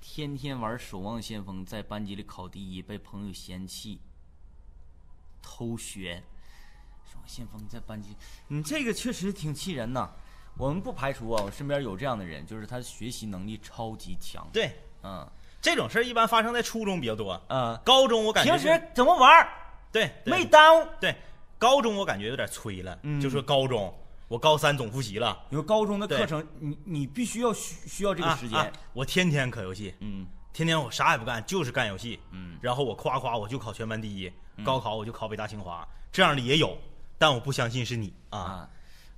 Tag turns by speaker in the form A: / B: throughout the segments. A: 天天玩《守望先锋》，在班级里考第一，被朋友嫌弃，偷学。守望先锋在班级，你这个确实挺气人呐。我们不排除啊，我身边有这样的人，就是他学习能力超级强。，
B: 对，
A: 嗯
B: 这种事儿一般发生在初中比较多，
A: 呃，
B: 高中我感觉
A: 平
B: 就
A: 时怎么玩儿
B: 对对
A: 没耽误。
B: 对，高中我感觉有点催了，
A: 嗯
B: 就说高中我高三总复习了，
A: 有高中的
B: 对
A: 课程，你你必须要需需要这个时间。
B: 啊啊我天天可游戏，
A: 嗯
B: 天天我啥也不干，就是干游戏，
A: 嗯，
B: 然后我夸夸我就考全班第一，高考我就考北大清华，这样的也有，但我不相信是你啊，
A: 啊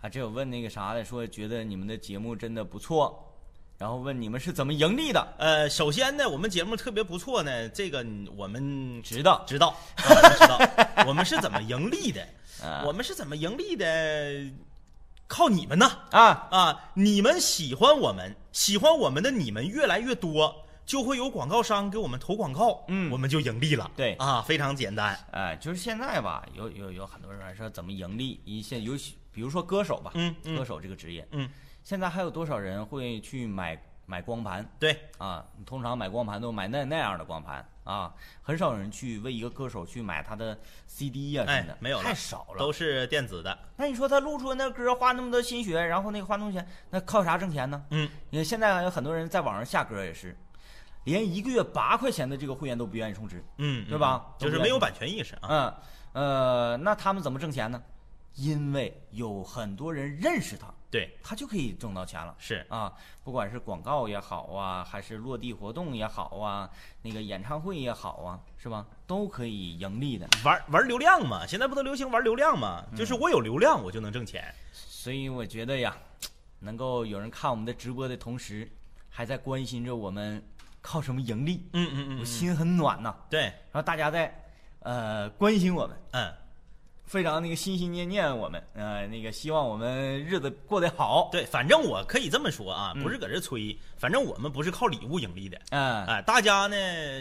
A: 啊，这有问那个啥的，说觉得你们的节目真的不错，然后问你们是怎么盈利的，
B: 呃，首先呢，我们节目特别不错呢，这个嗯我们
A: 知道
B: 知道，啊我们 知道，我们是怎么盈利的？
A: 啊
B: 我们是怎么盈利的？靠你们呐！
A: 啊，
B: 啊，你们喜欢我们，喜欢我们的你们越来越多，就会有广告商给我们投广告，
A: 嗯
B: 我们就盈利了。
A: 对
B: 啊，非常简单。
A: 哎，就是现在吧，有有有很多人说怎么盈利，一些尤其比如说歌手吧，
B: 嗯嗯
A: 歌手这个职业，
B: 嗯，
A: 现在还有多少人会去买买光盘
B: 对，
A: 啊？通常买光盘都买那那样的光盘啊，很少有人去为一个歌手去买他的 CD 呀、什
B: 哎
A: 么的，
B: 没有了
A: 太少了
B: 都。是电子的。
A: 那你说他录出那歌，花那么多心血，然后那个花那么多钱，那靠啥挣钱呢？
B: 嗯，
A: 你看现在有很多人在网上下歌也是，连一个月八块钱的这个会员都不愿意充值。
B: 嗯，
A: 对吧
B: 嗯就是没有版权意识啊。
A: 嗯，呃，那他们怎么挣钱呢？因为有很多人认识他，
B: 对，
A: 他就可以挣到钱了。
B: 是，
A: 啊，不管是广告也好啊，还是落地活动也好啊，那个演唱会也好啊，是吧？都可以盈利的。
B: 玩玩流量嘛，现在不都流行玩流量嘛？就是我有流量，我就能挣钱。
A: 所以我觉得呀，能够有人看我们的直播的同时，还在关心着我们靠什么盈利，
B: 嗯嗯嗯
A: 我
B: 嗯，
A: 心很暖呐、
B: 对，
A: 然后大家在呃关心我们，
B: 嗯，
A: 非常那个心心念念我们，呃，那个希望我们日子过得好。
B: 对，反正我可以这么说啊，不是搁这吹，反正我们不是靠礼物盈利的。
A: 嗯，
B: 哎，大家呢，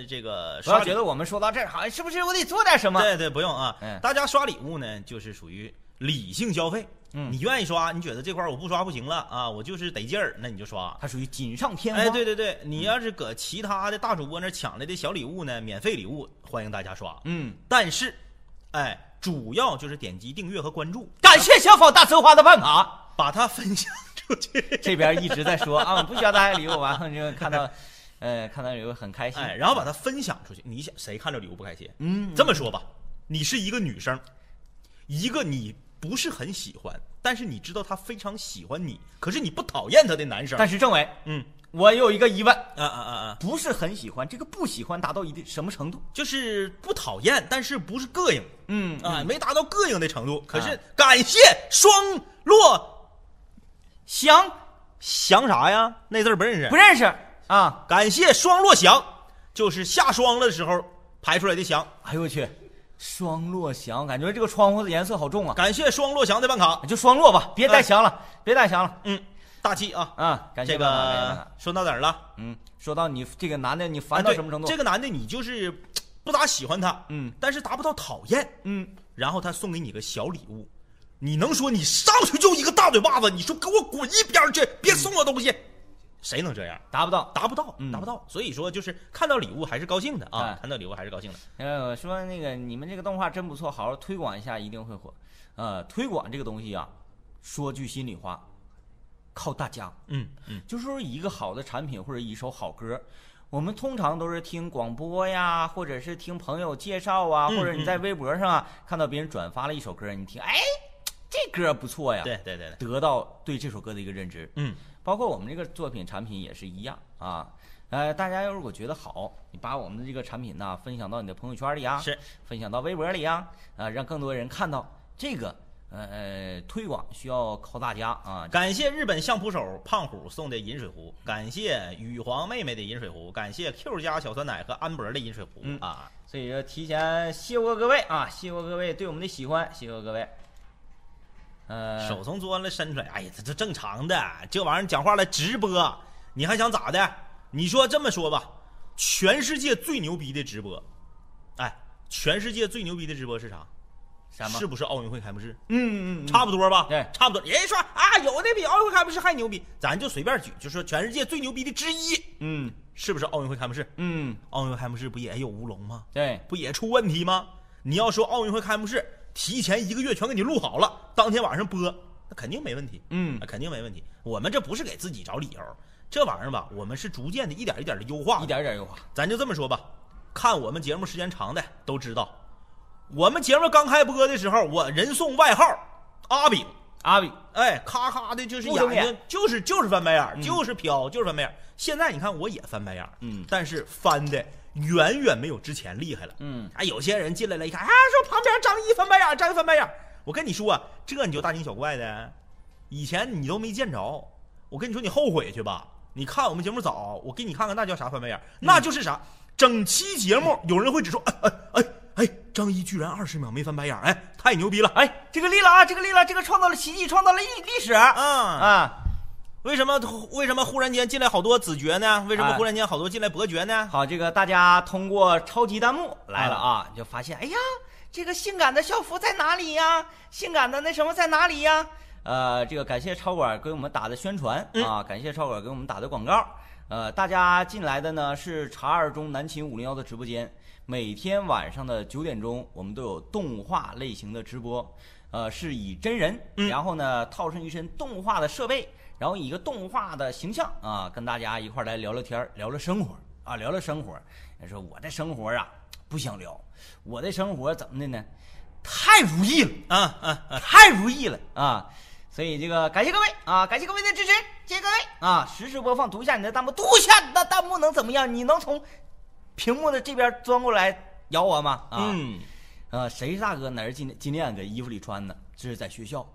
B: 这个
A: 不
B: 刷
A: 要
B: 礼
A: 觉得我们说到这儿，好哎像是不是我得做点什么？
B: 对对，不用啊。
A: 嗯
B: 大家刷礼物呢，就是属于理性消费。
A: 嗯
B: 你愿意刷，你觉得这块儿我不刷不行了啊，我就是得劲儿，那你就刷。
A: 它属于锦上添花。
B: 哎，对对对，
A: 嗯
B: 你要是搁其他的大主播那儿抢来的小礼物呢，免费礼物，欢迎大家刷。
A: 嗯，
B: 但是，哎，主要就是点击订阅和关注，
A: 感谢小宝大策划的办卡。
B: 把它分享出去。
A: 这边一直在说啊，不需要大家礼物，完了就看到，呃，看到礼物很开心。
B: 哎，然后把它分享出去。你想谁看着礼物不开心？
A: 嗯，
B: 这么说吧，你是一个女生，一个你不是很喜欢，但是你知道她非常喜欢你，可是你不讨厌她的男生。
A: 但是政委，
B: 嗯，
A: 我有一个疑问，
B: 啊啊啊啊，
A: 不是很喜欢这个不喜欢达到一定什么程度？
B: 就是不讨厌，但是不是膈应
A: 嗯
B: 啊，没达到膈应的程度。可是
A: 啊
B: 感谢双落
A: 翔
B: 翔啥呀？那字儿不认识。
A: 不
B: 是，
A: 认识啊？
B: 感谢双落翔，就是下霜了的时候排出来的翔。
A: 哎呦我去，双落翔，感觉这个窗户的颜色好重啊！
B: 感谢双落翔的办卡。
A: 就双落吧，别带翔了，别带翔了
B: 嗯，大气啊。
A: 啊！感谢
B: 这
A: 爸爸感谢爸
B: 个
A: 爸
B: 说到哪儿了？
A: 嗯，说到你这个男的，你
B: 啊
A: 烦到
B: 对
A: 什么程度？
B: 这个男的你就是嘖不咋喜欢他，
A: 嗯，
B: 但是达不到讨厌，
A: 嗯，
B: 然后他送给你个小礼物，你能说你上去就一个大嘴巴子，你说给我滚一边儿去，别送我东西，谁能这样？
A: 达不到。
B: 达不到
A: 嗯，
B: 达不到。所以说，就是看到礼物还是高兴的啊
A: 哎，
B: 看到礼物还是高兴的。
A: 呃，我说那个你们这个动画真不错，好好推广一下，一定会火。呃，推广这个东西啊，说句心里话，靠大家。
B: 嗯嗯，
A: 就是说一个好的产品或者一首好歌，我们通常都是听广播呀，或者是听朋友介绍啊，
B: 嗯
A: 或者你在微博上啊看到别人转发了一首歌，你听，哎，这歌不错呀，
B: 嗯对对对对，
A: 得到对这首歌的一个认知。
B: 嗯，
A: 包括我们这个作品产品也是一样啊。呃，大家如果觉得好，你把我们的这个产品呢分享到你的朋友圈里啊，
B: 是
A: 分享到微博里啊，啊、让更多人看到这个。呃呃，推广需要靠大家啊，
B: 感谢日本相扑手胖虎送的饮水壶，感谢羽皇妹妹的饮水壶，感谢 Q 家小酸奶和安博的饮水壶
A: 嗯
B: 啊。
A: 所以说提前谢过各位啊，谢过各位对我们的喜欢，谢过各位。呃，
B: 手从桌子伸出来，哎呀，这这正常的，这玩意儿讲话了，直播，你还想咋的？你说这么说吧，全世界最牛逼的直播，哎，全世界最牛逼的直播是啥？
A: 什么？
B: 是不是奥运会开幕式？
A: 嗯嗯嗯，
B: 差不多吧？
A: 对
B: 差不多。人家说啊，有的比奥运会开幕式还牛逼，咱就随便举，就说全世界最牛逼的之一。
A: 嗯
B: 是不是奥运会开幕式？
A: 嗯，
B: 奥运会开幕式不也有乌龙吗？
A: 对，
B: 不也出问题吗？你要说奥运会开幕式提前一个月全给你录好了，当天晚上播，那肯定没问题，
A: 嗯
B: 啊那，肯定没问题。我们这不是给自己找理由，这玩意儿吧，我们是逐渐的一点一点的优化
A: 一。点点优化。
B: 咱就这么说吧，看我们节目时间长的都知道，我们节目刚开播的时候，我人送外号阿炳，
A: 阿比，
B: 哎，咔咔的，就是
A: 不睁
B: 眼睛
A: 眼
B: 就是就是翻白眼儿，就是飘，就是翻白眼儿。现在你看我也翻白眼儿，
A: 嗯
B: 但是翻的远远没有之前厉害了。
A: 嗯，
B: 啊，有些人进来了一看，啊，说旁边张一翻白眼儿，张一翻白眼儿。我跟你说、啊这你就大惊小怪的，以前你都没见着。我跟你说，你后悔去吧。你看我们节目早，我给你看看那叫啥翻白眼儿，那就是啥。整期节目有人会指出，哎哎哎哎，张一居然二十秒没翻白眼儿，哎，太牛逼了，哎
A: 哎，这个力了啊，这个力了，这个创造了奇迹，创造了历历史啊！
B: 啊。为什么为什么忽然间进来好多子爵呢？为什么
A: 哎
B: 忽然间好多进来伯爵呢？
A: 好，这个大家通过超级弹幕来了啊，就发现，哎呀，这个性感的校服在哪里呀？性感的那什么在哪里呀？呃，这个感谢超管给我们打的宣传、啊，感谢超管给我们打的广告。呃，大家进来的呢是查二中南秦五零幺的直播间，每天晚上的九点钟，我们都有动画类型的直播，呃，是以真人，然后呢套上一身动画的设备，然后以一个动画的形象啊，跟大家一块儿来聊聊天儿，聊聊生活啊，聊聊生活。说我这生活啊不想聊，我这生活怎么的呢？太如意了。
B: 啊啊啊！
A: 太如意了啊！所以这个感谢各位啊，感谢各位的支持，谢谢各位啊！实时播放，读一下你的弹幕，读一下你的弹幕能怎么样？你能从屏幕的这边钻过来咬我吗？啊，
B: 嗯，
A: 呃，谁是大哥？哪是金金链搁衣服里穿的？这是在学校，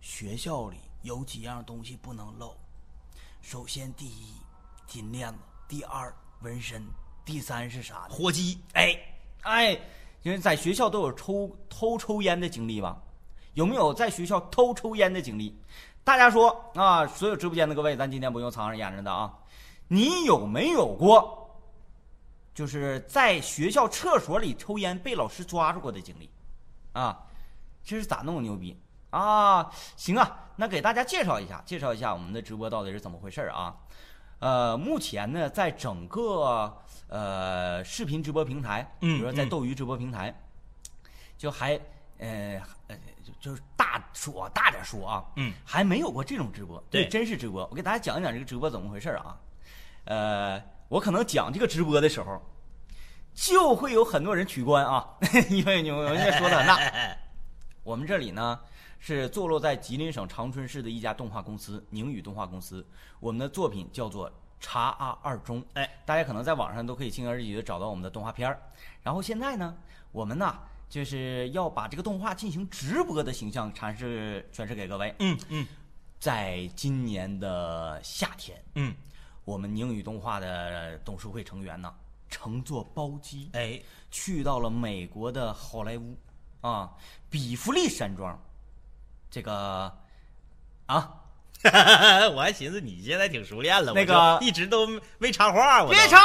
A: 学校里有几样东西不能漏。首先，第一，金链子；第二，纹身；第三是啥呢？
B: 啊火鸡，
A: 哎哎，因为在学校都有抽偷抽烟的经历吧？有没有在学校偷抽烟的经历？大家说啊，所有直播间的各位，咱今天不用藏着掖着的啊，你有没有过，就是在学校厕所里抽烟被老师抓住过的经历？啊，这是咋弄牛逼啊？行啊，那给大家介绍一下，介绍一下我们的直播到底是怎么回事儿啊？呃，目前呢，在整个呃视频直播平台，
B: 嗯
A: 比如说在
B: 嗯
A: 斗鱼直播平台，就还呃呃，就就是大说大点说啊，
B: 嗯，
A: 还没有过这种直播，
B: 对
A: 真是直播。我给大家讲一讲这个直播怎么回事儿啊。呃，我可能讲这个直播的时候，就会有很多人取关啊， 因为你们也说的 很大。我们这里呢是坐落在吉林省长春市的一家动画公司——宁宇动画公司。我们的作品叫做《查阿二中》，
B: 哎，
A: 大家可能在网上都可以轻而易举的找到我们的动画片儿。然后现在呢，我们呢就是要把这个动画进行直播的形象阐释诠释给各位。
B: 嗯嗯
A: 在今年的夏天，
B: 嗯，
A: 我们宁宇动画的董事会成员呢，乘坐包机
B: 哎，
A: 去到了美国的好莱坞啊，比弗利山庄，这个啊，
B: 我还寻思你现在挺熟练了，
A: 那
B: 我就
A: 个
B: 一直都没插话，我都
A: 别，查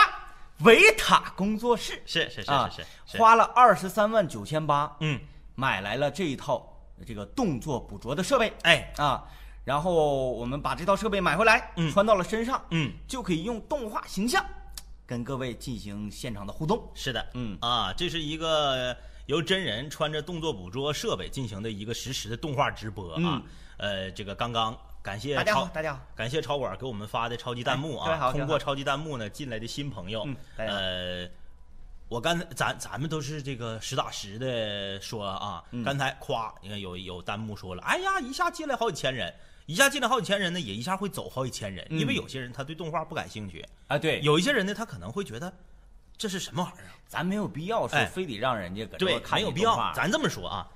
A: 维塔工作室
B: 是是是
A: 啊
B: 是是，是，
A: 花了二十三万九千八
B: 嗯，
A: 买来了这一套这个动作捕捉的设备
B: 哎，
A: 啊，然后我们把这套设备买回来，
B: 嗯
A: 穿到了身上，
B: 嗯，
A: 就可以用动画形象跟各位进行现场的互动。
B: 是的，
A: 嗯
B: 啊，这是一个由真人穿着动作捕捉设备进行的一个实时的动画直播啊
A: 嗯，
B: 呃，这个刚刚感谢
A: 大家好，
B: 超
A: 大家好，
B: 感谢超管给我们发的超级弹幕
A: 哎各位
B: 啊！
A: 好
B: 通
A: 各位
B: 过
A: 好
B: 超级弹幕呢进来的新朋友，
A: 嗯大家好
B: 呃，我刚才咱咱们都是这个实打实的说啊，
A: 嗯
B: 刚才夸你看有有弹幕说了，哎呀，一下进来好几千人，一下进来好几千人呢，也一下会走好几千人，
A: 嗯
B: 因为有些人他对动画不感兴趣，
A: 啊，对，
B: 有一些人呢他可能会觉得这是什么玩意儿啊，
A: 咱没有必要说
B: 哎
A: 非得让人家搁这
B: 对
A: 块，看
B: 没有
A: 你
B: 必
A: 动
B: 要。
A: 画
B: 咱这么说啊，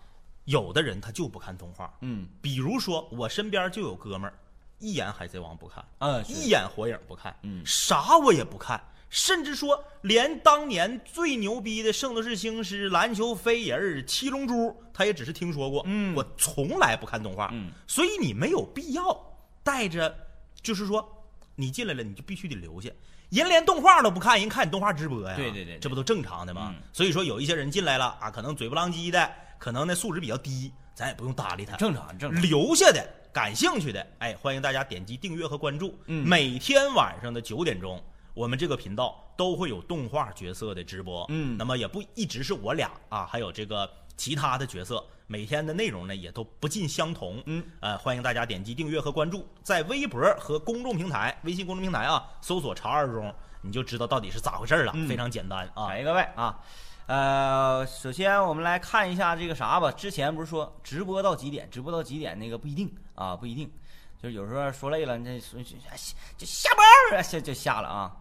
B: 有的人他就不看动画，
A: 嗯
B: 比如说我身边就有哥们儿，一眼海贼王不看。
A: 啊，是
B: 一眼火影不看，
A: 嗯
B: 啥我也不看，甚至说连当年最牛逼的《圣斗士星矢》《篮球飞人》《七龙珠》，他也只是听说过，
A: 嗯
B: 我从来不看动画，
A: 嗯，
B: 所以你没有必要带着，就是说你进来了，你就必须得留下。人连动画都不看，人看你动画直播呀？
A: 对对对对
B: 这不都正常的吗？
A: 嗯
B: 所以说有一些人进来了啊，可能嘴不浪叽的，可能呢素质比较低，咱也不用搭理他。
A: 正常正常。
B: 留下的、感兴趣的，哎，欢迎大家点击订阅和关注。
A: 嗯
B: 每天晚上的九点钟，我们这个频道都会有动画角色的直播，
A: 嗯
B: 那么也不一直是我俩啊，还有这个其他的角色，每天的内容呢也都不尽相同，
A: 嗯，
B: 呃，欢迎大家点击订阅和关注，在微博和公众平台、微信公众平台啊，搜索“茶二中”，你就知道到底是咋回事儿了，
A: 嗯
B: 非常简单啊，
A: 来各位啊，呃，首先我们来看一下这个啥吧。之前不是说直播到几点？直播到几点那个不一定啊，不一定。就是有时候说累了，那说就就下班儿啊，下就下了啊。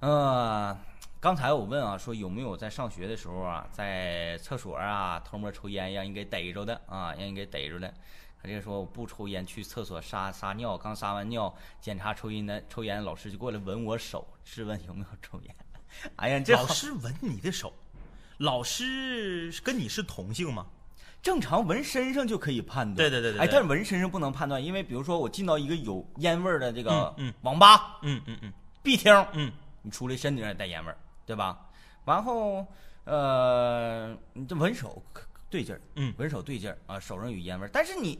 A: 呃，刚才我问啊，说有没有在上学的时候啊，在厕所啊偷摸抽烟，让人给逮着的啊，让人给逮着的。他这个说我不抽烟，去厕所撒撒尿，刚撒完尿，检查抽烟的抽烟，老师就过来闻我手，质问有没有抽烟。 哎呀，这好
B: 老师闻你的手，老师跟你是同性吗？
A: 正常纹身上就可以判断。
B: 对对对对对
A: 哎，但是纹身上不能判断，因为比如说我进到一个有烟味儿的这个
B: 嗯嗯
A: 网吧、
B: 嗯嗯嗯
A: B 厅，
B: 嗯，
A: 你出来身体上也带烟味儿，对吧？然后呃，你这纹手可对劲儿，
B: 嗯
A: 纹手对劲儿啊，手上有烟味儿，但是你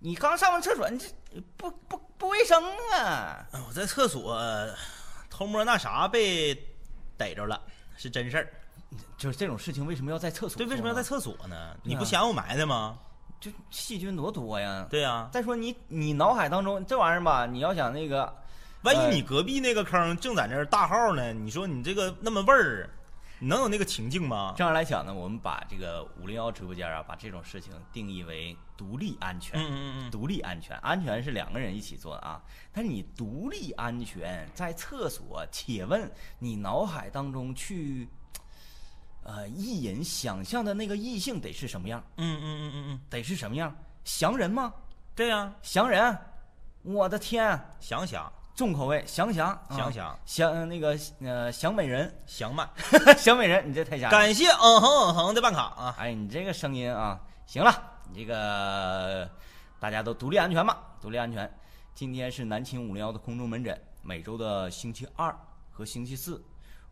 A: 你刚上完厕所，你这不不不卫生啊？
B: 哎我在厕所呃偷摸那啥被逮着了，是真事儿。
A: 就是这种事情为什么要在厕所？
B: 对，为什么要在？厕所呢？你不
A: 对啊
B: 嫌我埋汰吗？
A: 就细菌多多呀。
B: 对呀、
A: 再说你你脑海当中这玩意儿吧，你要想那个。
B: 万
A: 呃
B: 一你隔壁那个坑正在那儿大号呢，你说你这个那么味儿，你能有那个情境吗？
A: 这样来讲呢，我们把这个五零幺直播间啊，把这种事情定义为独立安全。
B: 嗯嗯嗯
A: 独立安全，安全是两个人一起做的啊。但是你独立安全在厕所，且问你脑海当中去，呃，意淫想象的那个异性得是什么样？
B: 嗯嗯嗯嗯嗯，
A: 得是什么样？降人吗？
B: 对呀、
A: 降人！我的天，
B: 想想
A: 重口味，降降
B: 想想
A: 降那个呃降美人，
B: 想买，
A: 降美人，你这太吓人了。
B: 感谢嗯哼嗯哼的办卡啊！
A: 哎，你这个声音啊，行了，你这个大家都独立安全吧，独立安全。今天是南秦五零幺的空中门诊，每周的星期二和星期四，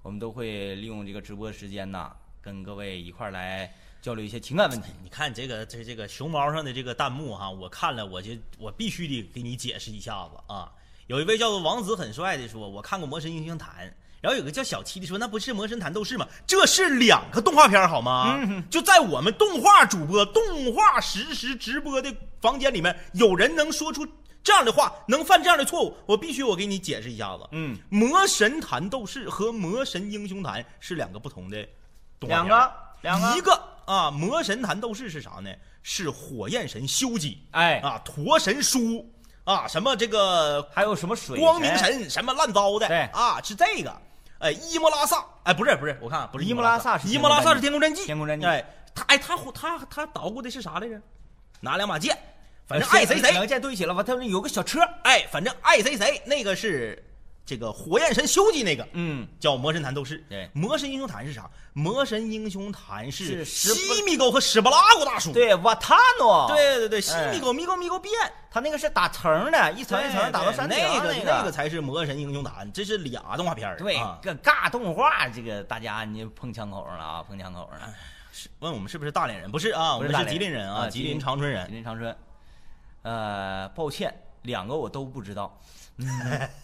A: 我们都会利用这个直播时间呐，跟各位一块儿来交流一些情感问题。
B: 你看这个这这个熊猫上的这个弹幕哈，我看了我就我必须得给你解释一下子啊。有一位叫做王子很帅的说，我看过《魔神英雄坛》，然后有个叫小七的说，那不是《魔神坛斗士》吗？这是两个动画片儿好吗？
A: 嗯
B: 就在我们动画主播、动画实时直播的房间里面，有人能说出这样的话，能犯这样的错误，我必须我给你解释一下子。
A: 嗯，
B: 《魔神坛斗士》和《魔神英雄坛》是两个不同的动画片儿。
A: 两个，两
B: 一
A: 个，
B: 个啊，魔神坛斗士是啥呢？是火焰神修己，
A: 哎，
B: 啊，驼神书啊，什么这个
A: 还有什么水
B: 光明，神什么乱糟的，
A: 对
B: 啊，是这个。哎，伊莫拉萨，哎，不是不是，我看啊不是
A: 伊莫
B: 莫拉
A: 拉萨是
B: 伊
A: 天
B: 莫
A: 空
B: 拉萨
A: 战
B: 是
A: 记
B: 天空战记，
A: 天空战记
B: 哎，他哎他他他捣鼓的是啥来着？拿两把剑，反正
A: 呃
B: 爱谁谁，
A: 两个箭对起了吧？他说有个小车，
B: 哎，反正爱谁谁，那个是这个火焰神修己那个，
A: 嗯，
B: 叫魔神坛斗士。
A: 对
B: 魔神英雄坛是啥？魔神英雄坛
A: 是
B: 是
A: 史布
B: 西米沟和史布拉古大叔。啊
A: 对，瓦塔诺，，
B: 对对对，西
A: 哎
B: 米沟米沟米沟变，
A: 他那个是打层的，一层一层打到山顶
B: 对那
A: 个
B: 个那个才是魔神英雄坛，这是俩动画片儿
A: 对
B: 啊，
A: 个尬动画这个大家你碰枪口上了啊，碰枪口上了。
B: 是问我们是不是大连人？不是啊，我
A: 不
B: 们
A: 是大
B: 吉
A: 连
B: 林人啊，
A: 啊
B: 吉
A: 吉
B: 林
A: 林
B: 长春
A: 吉
B: 人。
A: 林长春，呃，抱歉，两个我都不知道。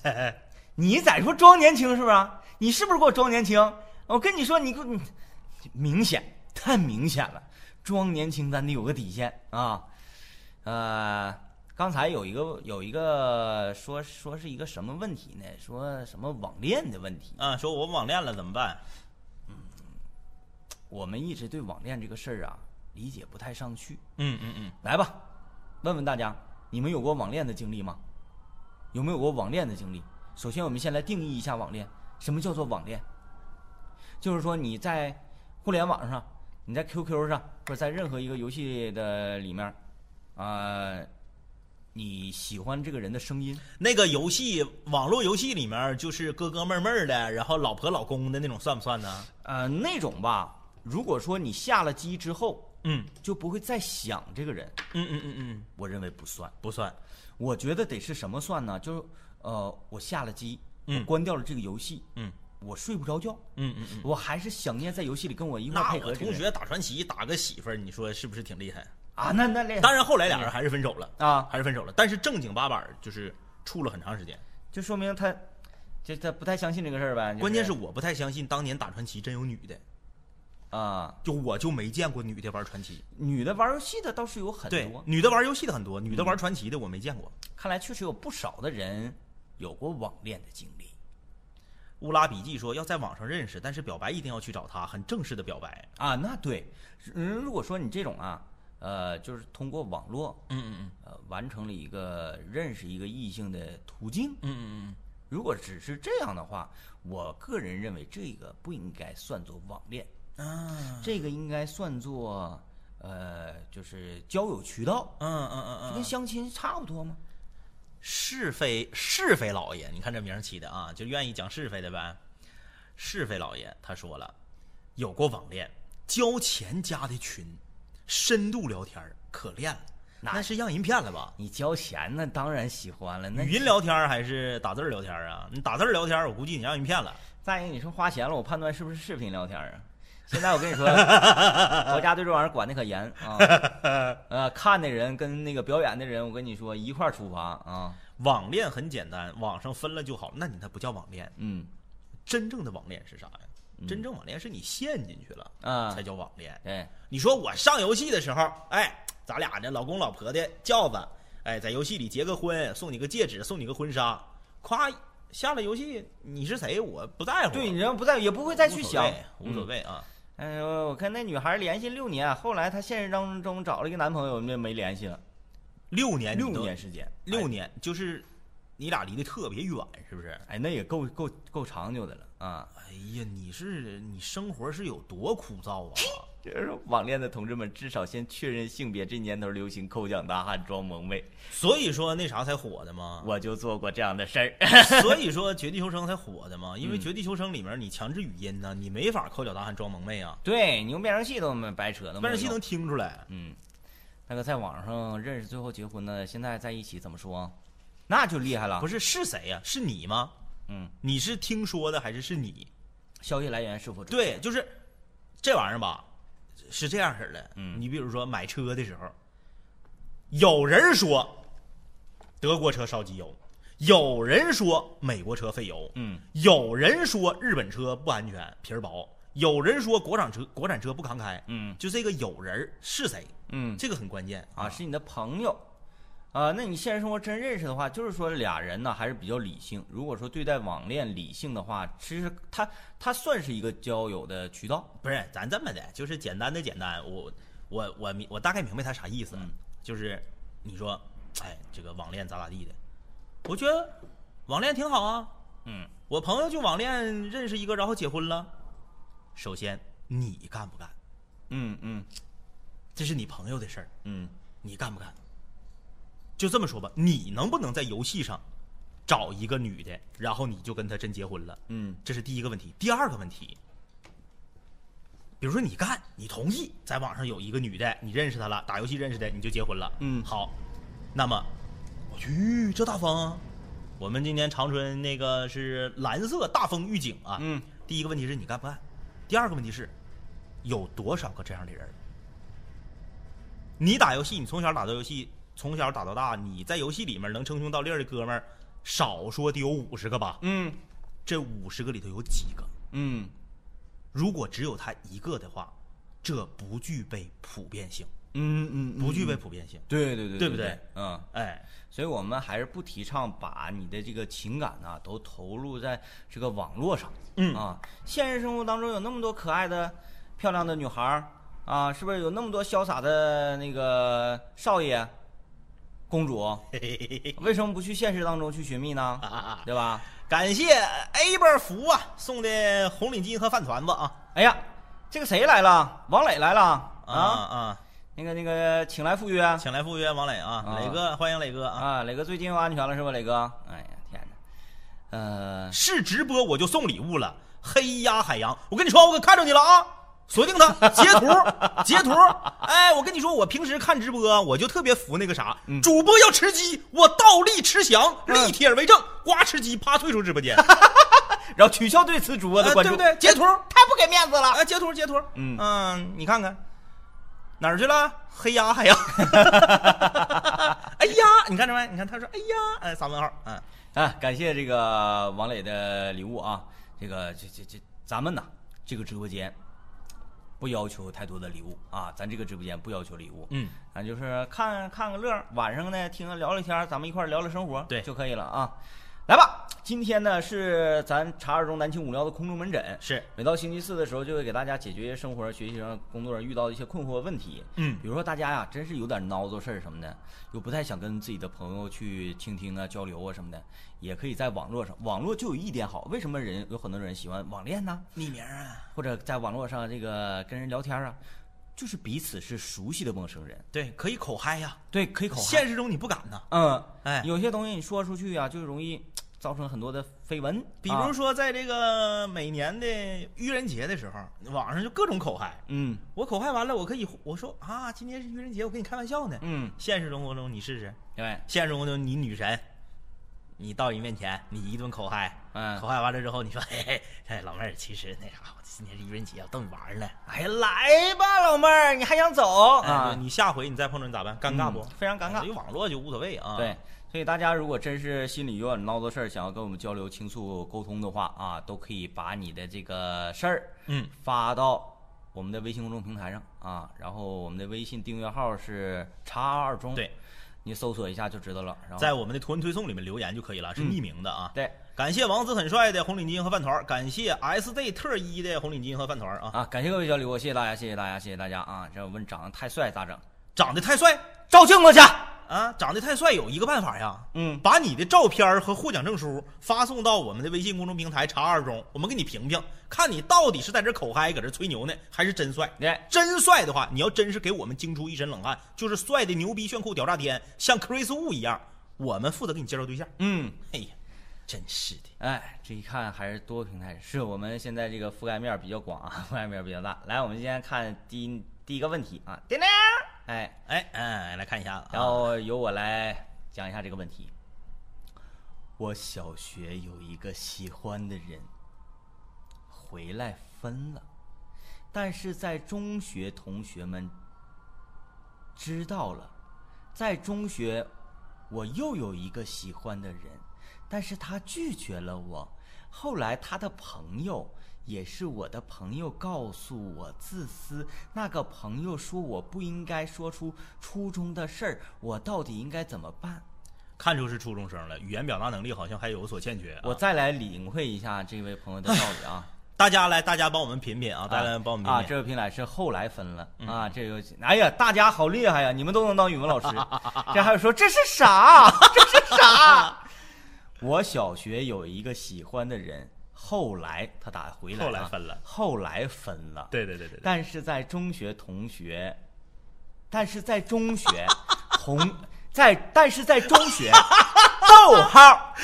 A: 嗯你在说装年轻是不是？你是不是给我装年轻？我跟你说，你给我你明显太明显了，装年轻咱得有个底线啊。呃，刚才有一个有一个说说是一个什么问题呢？说什么网恋的问题？
B: 啊，说我网恋了怎么办？
A: 我们一直对网恋这个事儿啊理解不太上去。
B: 嗯嗯嗯，
A: 来吧，问问大家，你们有过网恋的经历吗？有没有过网恋的经历？首先，我们先来定义一下网恋，什么叫做网恋？就是说你在互联网上，你在 QQ 上，或者在任何一个游戏的里面，啊、你喜欢这个人的声音，
B: 那个游戏网络游戏里面就是哥哥妹儿妹儿的，然后老婆老公的那种算不算呢？
A: 呃，那种吧，如果说你下了机之后
B: 嗯
A: 就不会再想这个人，
B: 嗯嗯嗯嗯，
A: 我认为不算。
B: 不算。
A: 我觉得得是什么算呢？就是呃，我下了机，
B: 嗯
A: 我关掉了这个游戏，
B: 嗯
A: 我睡不着觉，
B: 嗯嗯嗯。
A: 我还是想念在游戏里跟我一块
B: 那
A: 配合
B: 我
A: 这个
B: 同
A: 人
B: 学打传奇打个媳妇儿，你说是不是挺厉害？
A: 啊，那那那
B: 当然后来俩人还是分手了，
A: 啊，
B: 还是分手了。但是正经八板儿就是处了很长时间。
A: 就说明他就他不太相信这个事儿呗。就
B: 关键是我不太相信当年打传奇真有女的，
A: 啊，
B: 就我就没见过女的玩传奇。
A: 女的玩游戏的倒是有很
B: 对
A: 多，，嗯
B: 女的玩游戏的很多，女的玩传奇的我没见过。
A: 看来确实有不少的人有过网恋的经历
B: 乌拉笔记说要在网上认识，但是表白一定要去找他，很正式的表白。
A: 啊。那对，嗯，如果说你这种啊，呃，就是通过网络
B: 嗯嗯
A: 呃完成了一个认识一个异性的途径，
B: 嗯嗯嗯
A: 如果只是这样的话，我个人认为这个不应该算作网恋，
B: 嗯啊
A: 这个应该算作呃，就是交友渠道，
B: 嗯嗯嗯
A: 就
B: 嗯
A: 跟，相亲差不多吗？
B: 是非是非老爷，你看这名儿起的啊，就愿意讲是非的呗。是非老爷他说了，有过网恋，交钱加的群，深度聊天儿可练了，那是让人骗了吧？
A: 你交钱那当然喜欢了，那
B: 语音聊天儿还是打字儿聊天儿啊？你打字儿聊天儿，我估计你让人骗了。
A: 再一个，你说花钱了，我判断是不是视频聊天啊？现在我跟你 说，国家对这玩意儿管的可严啊。呃，看的人跟那个表演的人，我跟你说一块儿处罚啊。
B: 网恋很简单，网上分了就好，那你那不叫网恋。
A: 嗯
B: 真正的网恋是啥呀？真正网恋是你陷进去了，
A: 啊
B: 才，叫网恋。
A: 对，
B: 你说我上游戏的时候，哎，咱俩这老公老婆的轿子，哎，在游戏里结个婚，送你个戒指，送你个婚纱，夸下了游戏，你是谁我不在乎，啊
A: 对，你人不在也不会再去想，
B: 无所谓啊。
A: 哎呦，我跟那女孩联系六年，后来她现实当中找了一个男朋友，那没联系了，
B: 六年，哎
A: 六年，时间，
B: 六年就是你俩离得特别远，是不是？
A: 哎，那也够够够长久的了啊。
B: 哎呀，你是你生活是有多枯燥啊？
A: 就是网恋的同志们，至少先确认性别，这年头流行抠脚大汉装萌妹，
B: 所以说那啥才火的吗？
A: 我就做过这样的事儿。
B: 所以说《绝地求生》才火的嘛，因为《绝地求生》里面你强制语音呢，你没法抠脚大汉装萌妹啊，
A: 对，你用变声器都没白扯，都没
B: 但
A: 有
B: 是 系
A: 用
B: 能听出来。
A: 嗯，那个在网上认识，最后结婚的，现在在一起怎么说？那就厉害了。
B: 不
A: 是，
B: 是是谁呀、啊是你吗？
A: 嗯，
B: 你是听说的还是是你？
A: 消息来源是否准？
B: 对，就是这玩意儿吧，是这样式儿的。嗯，你比如说买车的时候，有人说德国车烧机油，有人说美国车费油，
A: 嗯，
B: 有人说日本车不安全，皮儿薄，有人说国产车国产车不扛开，
A: 嗯，
B: 就这个有人儿是谁？
A: 嗯，
B: 这个很关键
A: 啊，是你的朋友。啊，那你现实生活真认识的话，就是说俩人呢还是比较理性。如果说对待网恋理性的话，其实它它算是一个交友的渠道。
B: 不是，咱这么的，就是简单的简单，我我我明我大概明白他啥意思，就是你说，哎，这个网恋咋咋地的，我觉得网恋挺好啊，
A: 嗯，
B: 我朋友就网恋认识一个，然后结婚了。首先，你干不干？
A: 嗯嗯
B: 这是你朋友的事儿，
A: 嗯
B: 你干不干？就这么说吧，你能不能在游戏上找一个女的，然后你就跟她真结婚了？
A: 嗯
B: 这是第一个问题。第二个问题，比如说你干，你同意在网上有一个女的，你认识她了，打游戏认识的，你就结婚了。
A: 嗯
B: 好，那么我去，这大风啊！我们今年长春那个是蓝色大风预警啊。
A: 嗯，
B: 第一个问题是你干不干？第二个问题是，有多少个这样的人？你打游戏，你从小打到游戏，从小打到大，你在游戏里面能称兄道弟的哥们儿，少说得有五十个吧？
A: 嗯
B: 这五十个里头有几个？
A: 嗯
B: 如果只有他一个的话，这不具备普遍性，
A: 嗯嗯，
B: 不具备普遍性。
A: 对对对
B: 对
A: 对
B: 不对
A: 对？嗯。
B: 哎，
A: 所以我们还是不提倡把你的这个情感呢、都投入在这个网络上。
B: 嗯
A: 啊，现实生活当中有那么多可爱的、漂亮的女孩儿啊，是不是有那么多潇洒的那个少爷、公主？为什么不去现实当中去寻觅呢？
B: 啊
A: 对吧？
B: 感谢 A 波福啊送的红领巾和饭团子啊
A: 哎呀，这个谁来了？王磊来了啊！
B: 啊啊！
A: 那个那个，请来赴约
B: 请来赴约王磊啊，
A: 啊
B: 磊哥欢迎磊哥啊！
A: 啊！磊哥最近又安全了是吧？磊哥，哎呀天哪，呃，
B: 是直播我就送礼物了，黑鸭海洋，我跟你说，我可看着你了啊！锁定他，截 图，截图。哎，我跟你说，我平时看直播，我就特别服那个啥，主播要吃鸡，我倒立吃翔，立帖为证，呱吃鸡，啪退出直播 间。
A: 然后取消对此主播的
B: 啊
A: 关注，
B: 对不对截图
A: 太不给面子了。
B: 啊，截图截图，
A: 嗯
B: 你看看哪儿去了？黑鸭 海洋，哎呀，你看着没？你看他说，哎呀，哎，三问号，嗯，
A: 啊，感谢这个王磊的礼物啊！这个这这这，咱们呐，这个直播间不要求太多的礼物啊，咱这个直播间不要求礼物，
B: 嗯，
A: 咱就是看看个乐儿，晚上呢听人聊聊天儿，咱们一块儿聊聊生活，
B: 对
A: 就可以了啊。来吧，今天呢是咱茶二中南青五聊的空中门诊，
B: 是，
A: 每到星期四的时候，就会给大家解决生活、学习上、工作上遇到的一些困惑问题。
B: 嗯
A: 比如说大家呀、真是有点孬作事儿什么的，又不太想跟自己的朋友去倾听啊、交流啊什么的，也可以在网络上。网络就有一点好，为什么人有很多人喜欢网恋呢？
B: 匿名啊，
A: 或者在网络上这个跟人聊天啊，就是彼此是熟悉的陌生人，
B: 对，可以口嗨呀，
A: 对，可以口嗨。
B: 现实中你不敢呐，
A: 嗯，
B: 哎，
A: 有些东西你说出去啊，就容易造成很多的绯闻，
B: 比
A: 啊
B: 如说在这个每年的愚人节的时候，网上就各种口嗨，
A: 嗯
B: 我口嗨完了，我可以我说啊，今天是愚人节，我跟你开玩笑呢。
A: 嗯，
B: 现实生活中你试试，
A: 对，
B: 现实生活中你女神，你到人面前你一顿口嗨，
A: 嗯
B: 口嗨完了之后你说，嘿嘿，哎老妹儿，其实那啥，我今天是愚人节，我逗你玩儿呢。哎呀，来吧，老妹儿，你还想走
A: 啊
B: 哎你下回你再碰着你咋办？尴尬不？
A: 嗯非常尴尬
B: 所以网络就无所谓啊。，
A: 对，所以大家如果真是心里有点孬的事儿，想要跟我们交流、倾诉、沟通的话啊，都可以把你的这个事儿
B: 嗯，
A: 发到我们的微信公众平台上啊，然后我们的微信订阅号是叉二中，
B: 对，
A: 你搜索一下就知道了。然后
B: 在我们的图文推送里面留言就可以了，是匿名的啊。
A: 对
B: 感谢王子很帅的红领巾和饭团儿，感谢 S Z 特一的红领巾和饭团儿啊！
A: 啊，感谢各位交流，谢谢大家，谢谢大家，谢谢大家啊！这问长得太帅咋整？
B: 长得太帅
A: 照镜子去。
B: 啊，长得太帅有一个办法呀，
A: 嗯，
B: 把你的照片儿和获奖证书发送到我们的微信公众平台查二中，我们给你评评，看你到底是在这口嗨搁这吹牛呢，还是真帅。
A: 对，
B: 真帅的话，你要真是给我们惊出一身冷汗，就是帅的牛逼炫酷屌炸天，像 Chris Wu 一样，我们负责给你介绍对象。
A: 嗯，
B: 哎呀，真是的。
A: 哎，这一看还是多平台，是我们现在这个覆盖面儿比较广啊，覆 盖面儿比较大。来，我们今天看第一第一个问题啊，叮铃，哎，
B: 哎，嗯，来看一下啊，
A: 然后由我来讲一下这个问题。我小学有一个喜欢的人，回来分了，但是在中学同学们知道了，在中学我又有一个喜欢的人，但是他拒绝了我。后来他的朋友，也是我的朋友，告诉我自私。那个朋友说我不应该说出初中的事儿，我到底应该怎么办？
B: 啊看出是初中生了，语言表达能力好像还有所欠缺、啊。
A: 我再来领会一下这位朋友的道理 啊。
B: 大家来，大家帮我们品品啊，大家来帮我们嗯
A: 啊！
B: 品品。
A: 这个平台是后来分了、啊，这个哎呀，大家好厉害啊呀！你们都能当语文老 师，这还有说这是啥？这是啥？我小学有一个喜欢的人，后来他打回来了，啊
B: 后来分了，
A: 后来分了，
B: 对对对对对，
A: 但是在中学同学，但是在中学 同在，但是在中学， 逗号，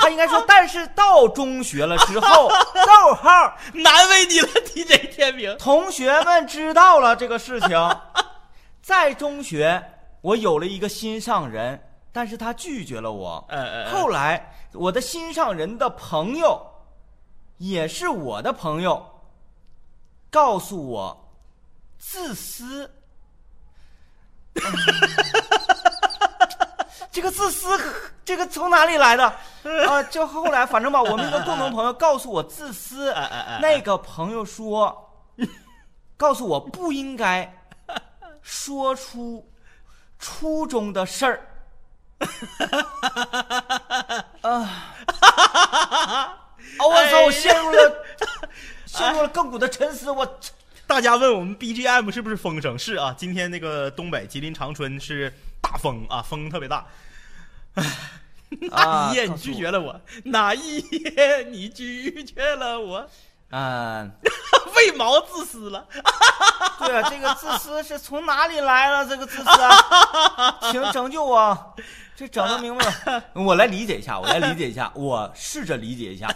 A: 他应该说，但是到中学了之后，逗号，
B: 难为你了，DJ 天明。
A: 同学们知道了这个事情，在中学我有了一个心上人，但是他拒绝了我。
B: 嗯嗯嗯
A: 后来我的心上人的朋友，也是我的朋友，告诉我，自私。 这个自私，这个从哪里来的？啊，就后来反正吧，我们一个共同朋友告诉我自私
B: 哎哎哎，
A: 那个朋友说，告诉我不应该说出初中的事儿。啊！哦，我
B: 哎
A: 操！我陷入了陷入了亘古的沉思。我
B: 大家问我们 BGM 是不是风声？是啊，今天那个东北吉林长春是大风啊，风特别大。
A: 啊
B: 哪一夜你拒绝了啊我？哪一夜你拒绝了我？
A: 嗯，
B: 为毛自私了？
A: 对啊，这个自私是从哪里来了？这个自私、啊，请拯救我！这整不明白了。我来理解一下，我来理解一下，我试着理解一下。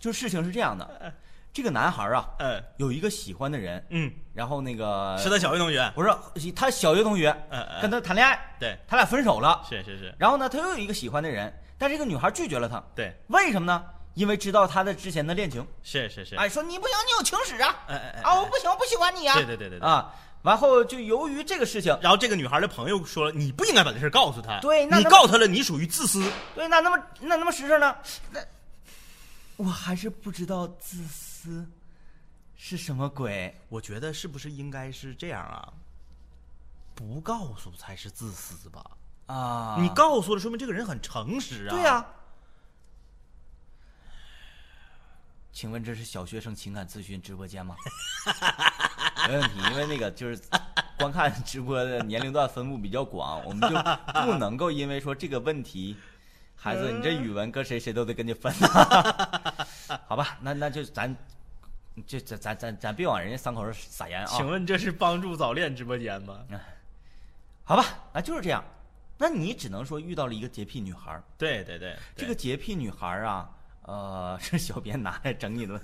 A: 就事情是这样的，这个男孩啊，
B: 嗯
A: 有一个喜欢的人，
B: 嗯，
A: 然后那个
B: 是他小学同学。
A: 不是他小学同学
B: 嗯嗯
A: 跟他谈恋爱，
B: 对，
A: 他俩分手了。
B: 是是是，
A: 然后呢，他又有一个喜欢的人，但这个女孩拒绝了他，
B: 对，
A: 为什么呢？因为知道他的之前的恋情，哎
B: 是是是。
A: 哎，说你不行，你有情史啊，
B: 哎哎哎
A: 啊，我不行，我不喜欢你啊，
B: 对对对对对
A: 啊，完后就由于这个事情，
B: 然后这个女孩的朋友说了，你不应该把这事儿告诉她，
A: 对那
B: 你
A: 那
B: 告她了，你属于自私。
A: 对，那那么那那么实诚呢？那我还是不知道自私是什么鬼。
B: 我觉得是不是应该是这样啊？不告诉才是自私吧？
A: 啊，
B: 你告诉了，说明这个人很诚实啊。
A: 对呀、请问这是小学生情感咨询直播间吗？ 没问题，因为那个就是观看直播的年龄段分布比较广，我们就不能够因为说这个问题，孩子你这语文跟谁谁都得跟你分、啊 好吧？那那就咱就咱咱咱咱别往人家伤口上撒盐啊。
B: 请问这是帮助早恋直播间吗？
A: 好吧，啊就是这样，那你只能说遇到了一个洁癖女孩儿。
B: 对对对，
A: 这个洁癖女孩儿啊，呃，是小编拿来整你 的，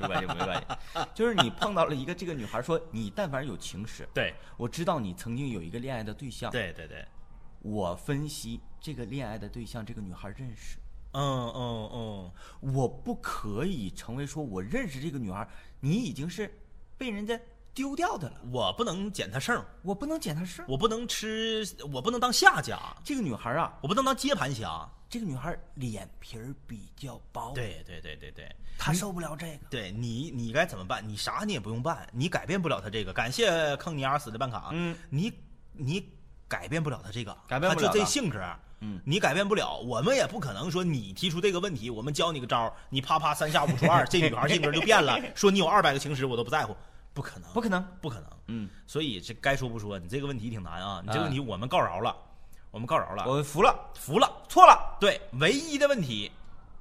A: 没关系，没关系。就是你碰到了一个这个女孩儿，说你但凡有情史，
B: 对
A: 我知道你曾经有一个恋爱的对象，
B: 对对对，
A: 我分析这个恋爱的对象，这个女孩儿认识，
B: 嗯嗯嗯，
A: 我不可以成为说我认识这个女孩儿，你已经是被人家丢掉的了，
B: 我不能捡他剩儿，
A: 我不能捡她事儿。
B: 我不能吃，我不能当下家，
A: 这个女孩儿啊，
B: 我不能当接盘侠。
A: 这个女孩儿脸皮儿比较薄，
B: 对对对对对，
A: 她受不了这个。
B: 对你，你该怎么办？你啥你也不用办，你改变不了他这个。感谢坑尼阿死的办卡，
A: 嗯，
B: 你你改变不了他这个，
A: 改变不了
B: 他就这
A: 的
B: 性格，
A: 嗯，
B: 你改变不了，我们也不可能说你提出这个问题，我们教你个招儿，你啪啪三下五除二，这女孩性格就 变了，说你有二百个情史我都不在乎，不可能，
A: 不可能，
B: 不可能。
A: 嗯，
B: 所以这该说不说，你这个问题挺难啊，你这个问题我们告饶了，我们告饶了，
A: 我服了，
B: 服了。
A: 错了，
B: 对，唯一的问题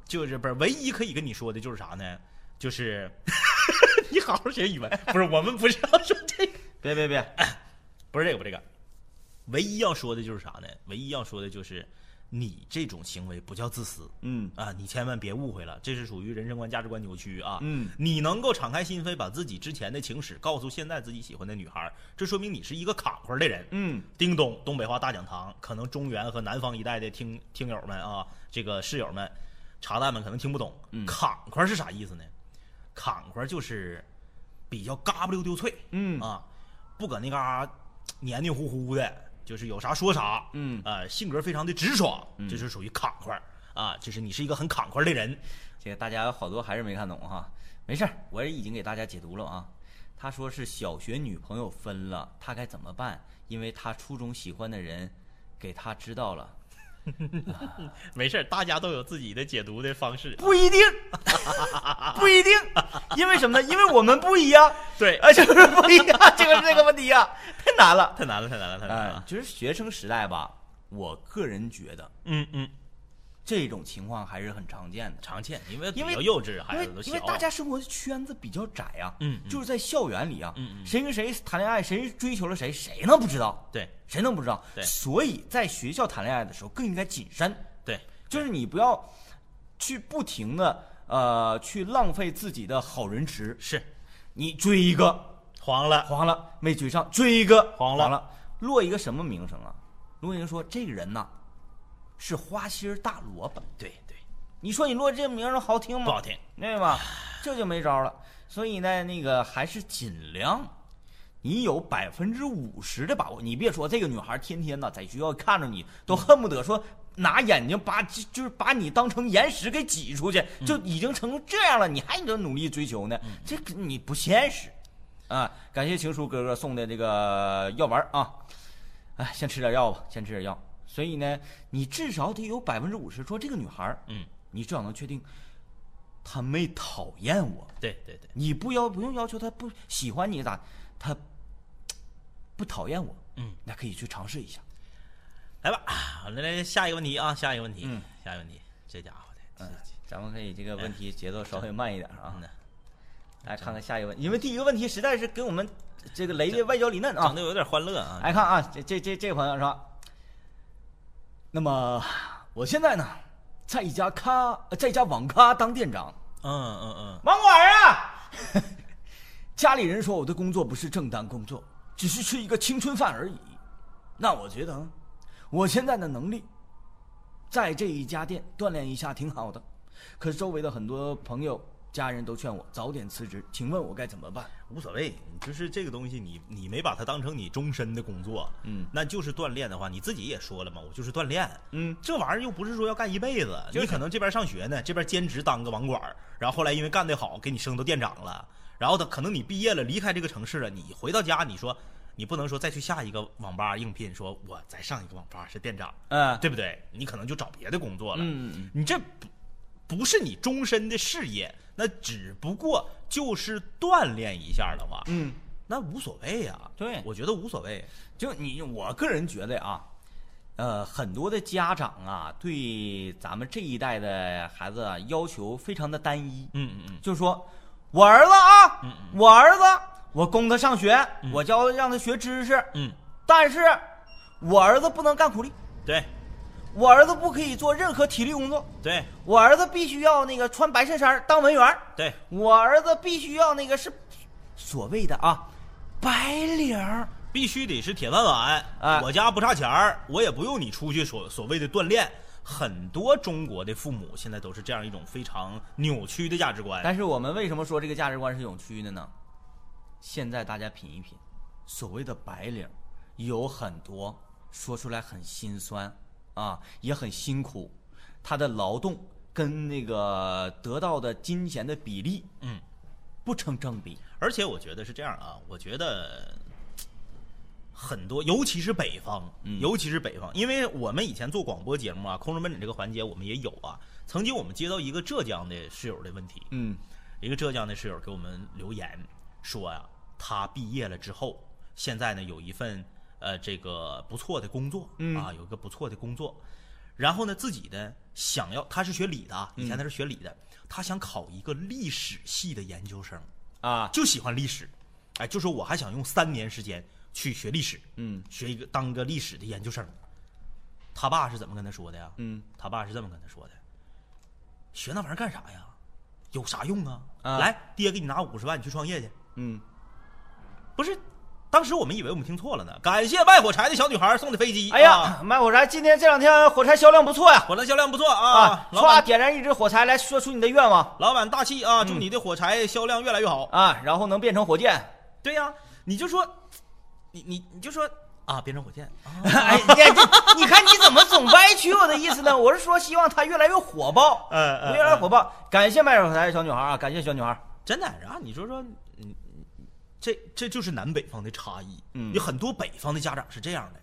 B: 就是不是唯一可以跟你说的就是啥呢？就是 你好好学语文，不是我们不是要说这个，
A: 别别别，
B: 不是这个，不是这个，唯一要说的就是啥呢？唯一要说的就是你这种行为不叫自私。
A: 嗯。
B: 啊，你千万别误会了，这是属于人生观、价值观扭曲啊。
A: 嗯，
B: 你能够敞开心扉，把自己之前的情史告诉现在自己喜欢的女孩，这说明你是一个坎坷的人。
A: 嗯，
B: 叮咚，东北话大讲堂，可能中原和南方一带的听听友们啊，这个室友们、茶蛋们可能听不懂。坎坷是啥意思呢？坎坷就是比较嘎不溜丢脆。
A: 嗯
B: 啊，不搁那嘎黏黏糊糊的，就是有啥说啥。
A: 嗯
B: 呃，性格非常的直爽，这是属于坎坷啊，就是你是一个很坎坷的人。
A: 这个大家有好多还是没看懂哈，没事儿，我也已经给大家解读了啊。他说是小学女朋友分了，他该怎么办？因为他初中喜欢的人给他知道了，
B: 没事儿，大家都有自己的解读的方式。
A: 不一定， 不一定，因为什么呢？因为我们不一样，
B: 对，
A: 啊，就是不一样，这个是这个问题呀、太难 了。
B: 太难了，太难了，太难
A: 哎、
B: 了。
A: 就是学生时代吧，我个人觉得
B: 嗯嗯，
A: 这种情况还是很常见的。
B: 常见，因为
A: 因为
B: 比较幼稚，
A: 因
B: 孩
A: 为
B: 子都小。
A: 因为大家生活的圈子比较窄啊，
B: 嗯嗯
A: 就是在校园里啊，
B: 嗯嗯
A: 谁跟谁谈恋爱，谁追求了谁，谁能不知道？
B: 对
A: 谁能不知道？
B: 对
A: 所以在学校谈恋爱的时候更应该谨慎，
B: 对
A: 就是你不要去不停的呃去浪费自己的好人池，
B: 是
A: 你追一个
B: 黄了，
A: 黄了没追上，追一个
B: 黄了
A: 了落一个什么名声啊？落一个说这个人呐、是花心儿大萝卜，
B: 对对，
A: 你说你落这名儿好听吗？
B: 不好听。
A: 对吧？这就没招了。所以呢，那个还是尽量，你有百分之五十的把握。你别说这个女孩天天呢在学校看着你，都恨不得说拿眼睛把就就是把你当成岩石给挤出去，就已经成这样了，你还能努力追求呢？这个你不现实啊！感谢情书哥哥送的这个药丸啊，哎，先吃点药吧，先吃点药。所以呢，你至少得有百分之五十说这个女孩儿，
B: 嗯，
A: 你至少能确定他没讨厌我，
B: 对对对，
A: 你不要不用要求他不喜欢你咋，他不讨厌我，
B: 嗯，
A: 那可以去尝试一下。
B: 来吧，我们来下一个问题啊，下一个问题
A: 嗯，
B: 下一个问题，这家伙的，
A: 嗯，咱们可以这个问题节奏稍微慢一点啊
B: 嗯，呐
A: 来看看下一个问题，因为第一个问题实在是给我们这个雷的外焦里嫩
B: 整
A: 啊。
B: 的有点欢乐啊。
A: 来看啊，这这这这朋友说，那么我现在呢，在一家咖，呃在一家网咖当店长，
B: 嗯嗯嗯，
A: 网管啊！ 家里人说我的工作不是正当工作，只是吃一个青春饭而已。那我觉得啊，我现在的能力，在这一家店锻炼一下挺好的。可是周围的很多朋友家人都劝我早点辞职，请问我该怎么办？
B: 无所谓，就是这个东西你，你没把它当成你终身的工作，
A: 嗯，
B: 那就是锻炼的话，你自己也说了嘛，我就是锻炼，
A: 嗯，
B: 这玩意儿又不是说要干一辈子，
A: 就是
B: 你可能这边上学呢，这边兼职当个网管儿，然后后来因为干得好，给你升到店长了，然后他可能你毕业了，离开这个城市了，你回到家，你说你不能说再去下一个网吧应聘，说我再上一个网吧是店长，
A: 嗯、
B: 对不对？你可能就找别的工作了，
A: 嗯嗯嗯
B: 你这不不是你终身的事业，那只不过就是锻炼一下的话，
A: 嗯，
B: 那无所谓呀、
A: 对
B: 我觉得无所谓。
A: 就你，我个人觉得啊，呃，很多的家长啊，对咱们这一代的孩子啊，要求非常的单一，
B: 嗯嗯嗯，
A: 就说我儿子啊，我儿子，我供他上学，我教让他学知识，
B: 嗯，
A: 但是我儿子不能干苦力，
B: 对
A: 我儿子不可以做任何体力工作，
B: 对
A: 我儿子必须要那个穿白衬衫当文员儿，
B: 对，
A: 我儿子必须要那个是所谓的啊白领儿。
B: 必须得是铁饭碗。
A: 啊
B: 我家不差钱儿，我也不用你出去所所谓的锻炼。很多中国的父母现在都是这样一种非常扭曲的价值观。
A: 但是我们为什么说这个价值观是扭曲的呢？现在大家品一品，所谓的白领，有很多说出来很心酸啊，也很辛苦，他的劳动跟那个得到的金钱的比例，
B: 嗯，
A: 不成正比。
B: 而且我觉得是这样啊，我觉得很多，尤其是北方，尤其是北方，因为我们以前做广播节目啊，空中门诊这个环节我们也有啊。曾经我们接到一个浙江的室友的问题，
A: 嗯
B: 一个浙江的室友给我们留言说呀、啊他毕业了之后，现在呢有一份呃这个不错的工作，啊，有一个不错的工作，然后呢自己呢想要，他是学理的啊，以前他是学理的，他想考一个历史系的研究生。
A: 啊，
B: 就喜欢历史，哎，就说我还想用三年时间去学历史，
A: 嗯，
B: 学一个当个历史的研究生。他爸是怎么跟他说的呀？
A: 嗯，
B: 他爸是这么跟他说的：学那玩意儿干啥呀？有啥用啊？
A: 啊
B: 来，爹给你拿五十万，你去创业去。
A: 嗯，
B: 不是，当时我们以为我们听错了呢。感谢卖火柴的小女孩送的飞机。
A: 哎呀
B: 啊，，
A: 卖火柴，今天这两天火柴销量不错呀！
B: 火柴销量不错啊
A: 啊，，
B: 老板
A: 唰，点燃一支火柴，来说出你的愿望
B: 老板大气啊，祝
A: 嗯
B: 你的火柴销量越来越好。
A: 啊，然后能变成火箭。
B: 对呀、你就说，你你你就说啊，变成火箭啊。
A: 哎，你看这，你看你怎么总歪曲我的意思呢？我是说，希望它越来越火爆，
B: 嗯嗯
A: 越来越火爆。感谢卖火柴的小女孩啊，感谢小女孩。
B: 真的。然后你说说，嗯，这这就是南北方的差异。
A: 嗯
B: 有很多北方的家长是这样的，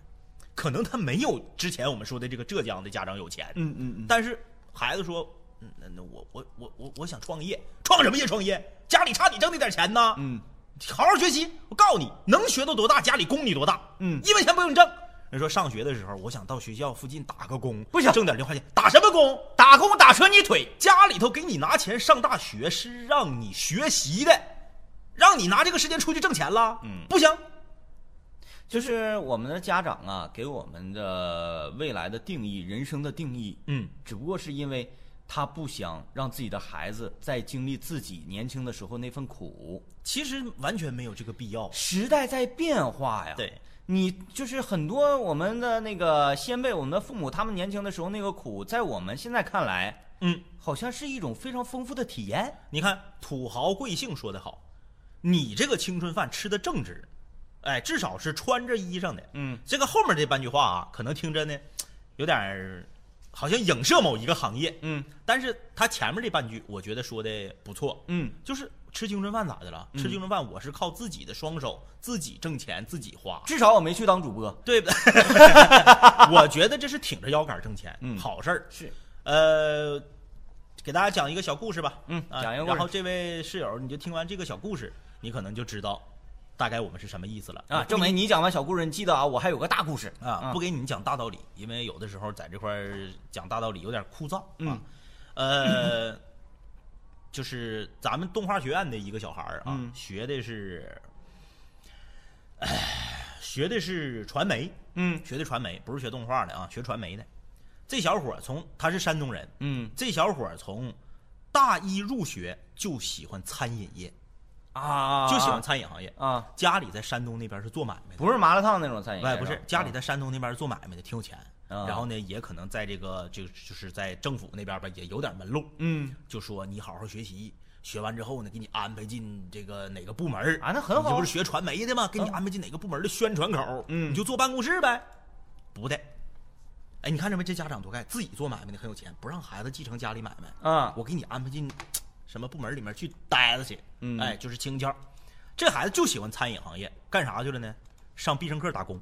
B: 可能他没有之前我们说的这个浙江的家长有钱，
A: 嗯嗯嗯，
B: 但是孩子说，嗯，那那我我我我我想创业，创什么业？创业？家里差你挣那点钱呢？
A: 嗯，
B: 好好学习，我告诉你，能学到多大，家里供你多大。
A: 嗯
B: 一文钱不用挣。人说上学的时候，我想到学校附近打个工，
A: 不行
B: 挣点零花钱，打什么工？
A: 打工打折你腿，
B: 家里头给你拿钱上大学是让你学习的，让你拿这个时间出去挣钱了。
A: 嗯
B: 不行，
A: 就是我们的家长啊，给我们的未来的定义、人生的定义，
B: 嗯，
A: 只不过是因为他不想让自己的孩子再经历自己年轻的时候那份苦。
B: 其实完全没有这个必要。
A: 时代在变化呀，
B: 对，
A: 你就是很多我们的那个先辈，我们的父母，他们年轻的时候那个苦，在我们现在看来，
B: 嗯，
A: 好像是一种非常丰富的体验。
B: 你看土豪贵姓说得好，你这个青春饭吃的正直，哎，至少是穿着衣裳的。
A: 嗯，
B: 这个后面这半句话啊，可能听着呢，有点儿好像影射某一个行业，
A: 嗯
B: 但是他前面这半句，我觉得说的不错。
A: 嗯
B: 就是吃青春饭咋的了？吃青春饭，我是靠自己的双手自己挣钱自己花，
A: 至少我没去当主播。
B: 对不？我觉得这是挺着腰杆儿挣钱，
A: 嗯
B: 好事儿。
A: 是，
B: 呃，给大家讲一个小故事吧。
A: 嗯
B: 啊
A: 讲一个故事
B: 然后这位室友，你就听完这个小故事，你可能就知道大概我们是什么意思了
A: 啊，
B: 不
A: 政
B: 给
A: 委，你讲完小故事，你记得啊，我还有个大故事
B: 啊，不给你们讲大道理，因为有的时候在这块儿讲大道理有点枯燥啊
A: 嗯。
B: 呃，就是咱们动画学院的一个小孩儿啊，
A: 嗯
B: 学的是，唉，学的是传媒，
A: 嗯
B: 学的传媒，不是学动画的啊，学传媒的。这小伙儿从他是山东人，
A: 嗯
B: 这小伙儿从大一入学就喜欢餐饮业，
A: 啊，
B: 就喜欢餐饮行业。
A: 啊，
B: 家里在山东那边是做买卖的。
A: 不是麻辣烫那种嗯餐饮，
B: 哎，不是，家里在山东那边做买卖的，挺有钱。
A: 啊
B: 然后呢，也可能在这个就就是在政府那边吧，也有点门路。
A: 嗯
B: 就说你好好学习，学完之后呢，给你安排进这个哪个部门儿
A: 啊那很好
B: 你这不是学传媒的吗？给你
A: 嗯
B: 安排进哪个部门的宣传口，
A: 嗯
B: 你就坐办公室呗。不对，哎，你看着没？这家长多盖，自己做买卖的很有钱，不让孩子继承家里买卖。
A: 啊，
B: 我给你安排进什么部门里面去待着去，
A: 嗯
B: 哎，就是清教。这孩子就喜欢餐饮行业，干啥去了呢？上必胜客打工。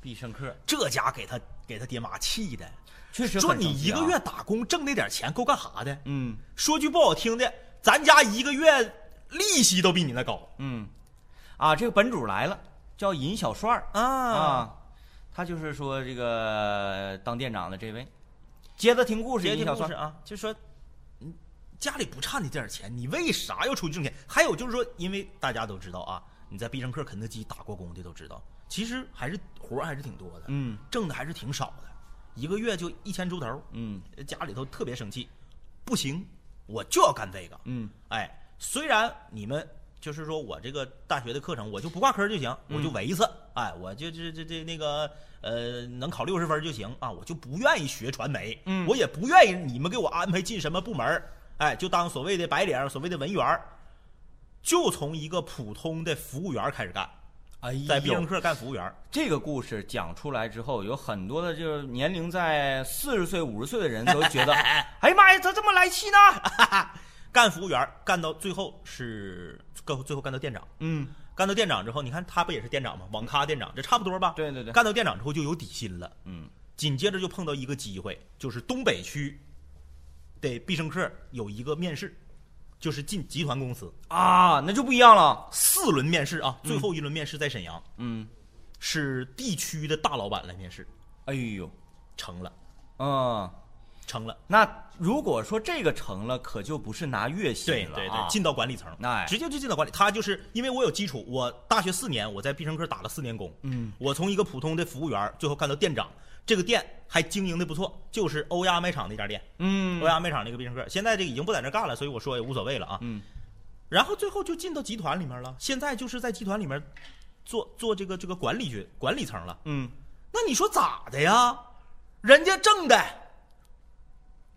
A: 必胜客
B: 这家给他给他爹妈气的，
A: 确实
B: 说
A: 很
B: 你
A: 生气
B: 一个
A: 啊
B: 月，打工挣那点钱够干啥的？
A: 嗯
B: 说句不好听的，咱家一个月利息都比你那高
A: 嗯，啊，这个本主来了，叫尹小帅儿
B: 啊！
A: 啊，他就是说这个当店长的这位，接着听故事，
B: 别
A: 尹
B: 的
A: 小
B: 故
A: 帅
B: 事啊，就说，嗯，家里不差你这点钱，你为啥要出去挣钱？还有就是说，因为大家都知道啊，你在必胜客、肯德基打过工的都知道，其实还是活儿还是挺多的，
A: 嗯
B: 挣的还是挺少的，一个月就一千出头。
A: 嗯
B: 家里头特别生气，不行，我就要干这个。
A: 嗯
B: 哎，虽然你们就是说我这个大学的课程我就不挂科就行，
A: 嗯
B: 我就维次，哎，我就这这这那个呃能考六十分就行啊，我就不愿意学传媒，
A: 嗯
B: 我也不愿意你们给我安排进什么部门儿，哎，就当所谓的白领儿，所谓的文员儿，就从一个普通的服务员儿开始干，
A: 哎
B: 在必胜
A: 呦，
B: 客干服务员儿，
A: 这个故事讲出来之后，有很多的就是年龄在四十岁、五十岁的人都觉 得，哎呀妈呀，他这么来气呢？
B: 干服务员儿干到最后是最后最后干到店长。
A: 嗯，
B: 干到店长之后，你看他不也是店长吗？网咖店长，这差不多吧？
A: 对对对
B: 干到店长之后就有底薪了，
A: 嗯，
B: 紧接着就碰到一个机会，就是东北区的必胜客有一个面试，就是进集团公司，
A: 啊，那就不一样了。
B: 四轮面试啊，最后一轮面试在沈阳，
A: 嗯，
B: 是地区的大老板来面试，
A: 哎呦，
B: 成了，
A: 嗯，
B: 成了，
A: 那如果说这个成了，可就不是拿月
B: 对
A: 薪了
B: 对
A: 啊
B: 对，。进到管理层，
A: 哎
B: 直接就进到管理，他就是因为我有基础，我大学四年我在必胜客打了四年工，
A: 嗯，
B: 我从一个普通的服务员，最后干到店长，这个店还经营的不错，就是欧亚卖场那家店，
A: 嗯
B: 欧亚卖场那个必胜客，现在这个已经不在那儿干了，所以我说也无所谓了啊。
A: 嗯，
B: 然后最后就进到集团里面了，现在就是在集团里面做做这个这个管理局管理层了。
A: 嗯，
B: 那你说咋的呀？人家挣的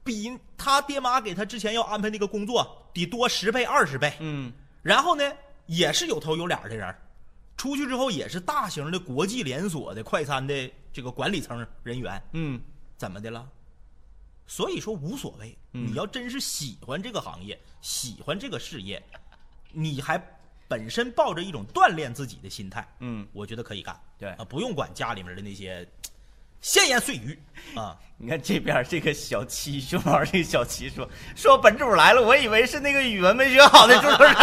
B: 比他爹妈给他之前要安排那个工作得多十倍二十倍，
A: 嗯，
B: 然后呢也是有头有脸的人儿，出去之后也是大型的国际连锁的快餐的这个管理层人员，
A: 嗯，
B: 怎么的了？所以说无所谓，
A: 嗯
B: 你要真是喜欢这个行业，喜欢这个事业，你还本身抱着一种锻炼自己的心态，
A: 嗯，
B: 我觉得可以干。
A: 对
B: 啊，不用管家里面的那些闲言碎语 啊。
A: 你看这边这个小七，熊老师这个小七说说本主来了，我以为是那个语文没学好的朱主任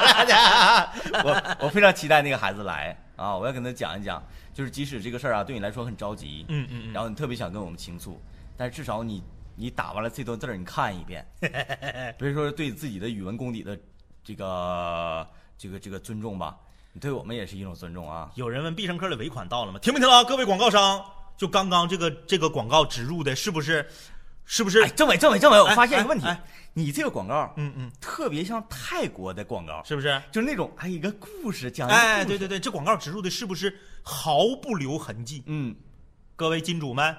A: 来了呢。 我我非常期待那个孩子来啊！我要跟他讲一讲，就是即使这个事儿啊对你来说很着急，
B: 嗯嗯嗯
A: 然后你特别想跟我们倾诉，但是至少你你打完了这段字儿，你看一 遍，别说对自己的语文功底的这个这个这个尊重吧，你对我们也是一种尊重啊。
B: 有人问必胜客的尾款到了吗？听没听到啊，各位广告商？就刚刚这个这个广告植入的，是不是？是不是？
A: 哎，政委，政委，政委，我
B: 哎
A: 发现一
B: 哎
A: 个问题
B: 哎，
A: 你这个广告，
B: 嗯嗯，
A: 特别像泰国的广告，
B: 是不是？
A: 就是那种哎一个故事讲一个故事，
B: 哎，对对对，这广告植入的是不是毫不留痕迹？
A: 嗯，
B: 各位金主们，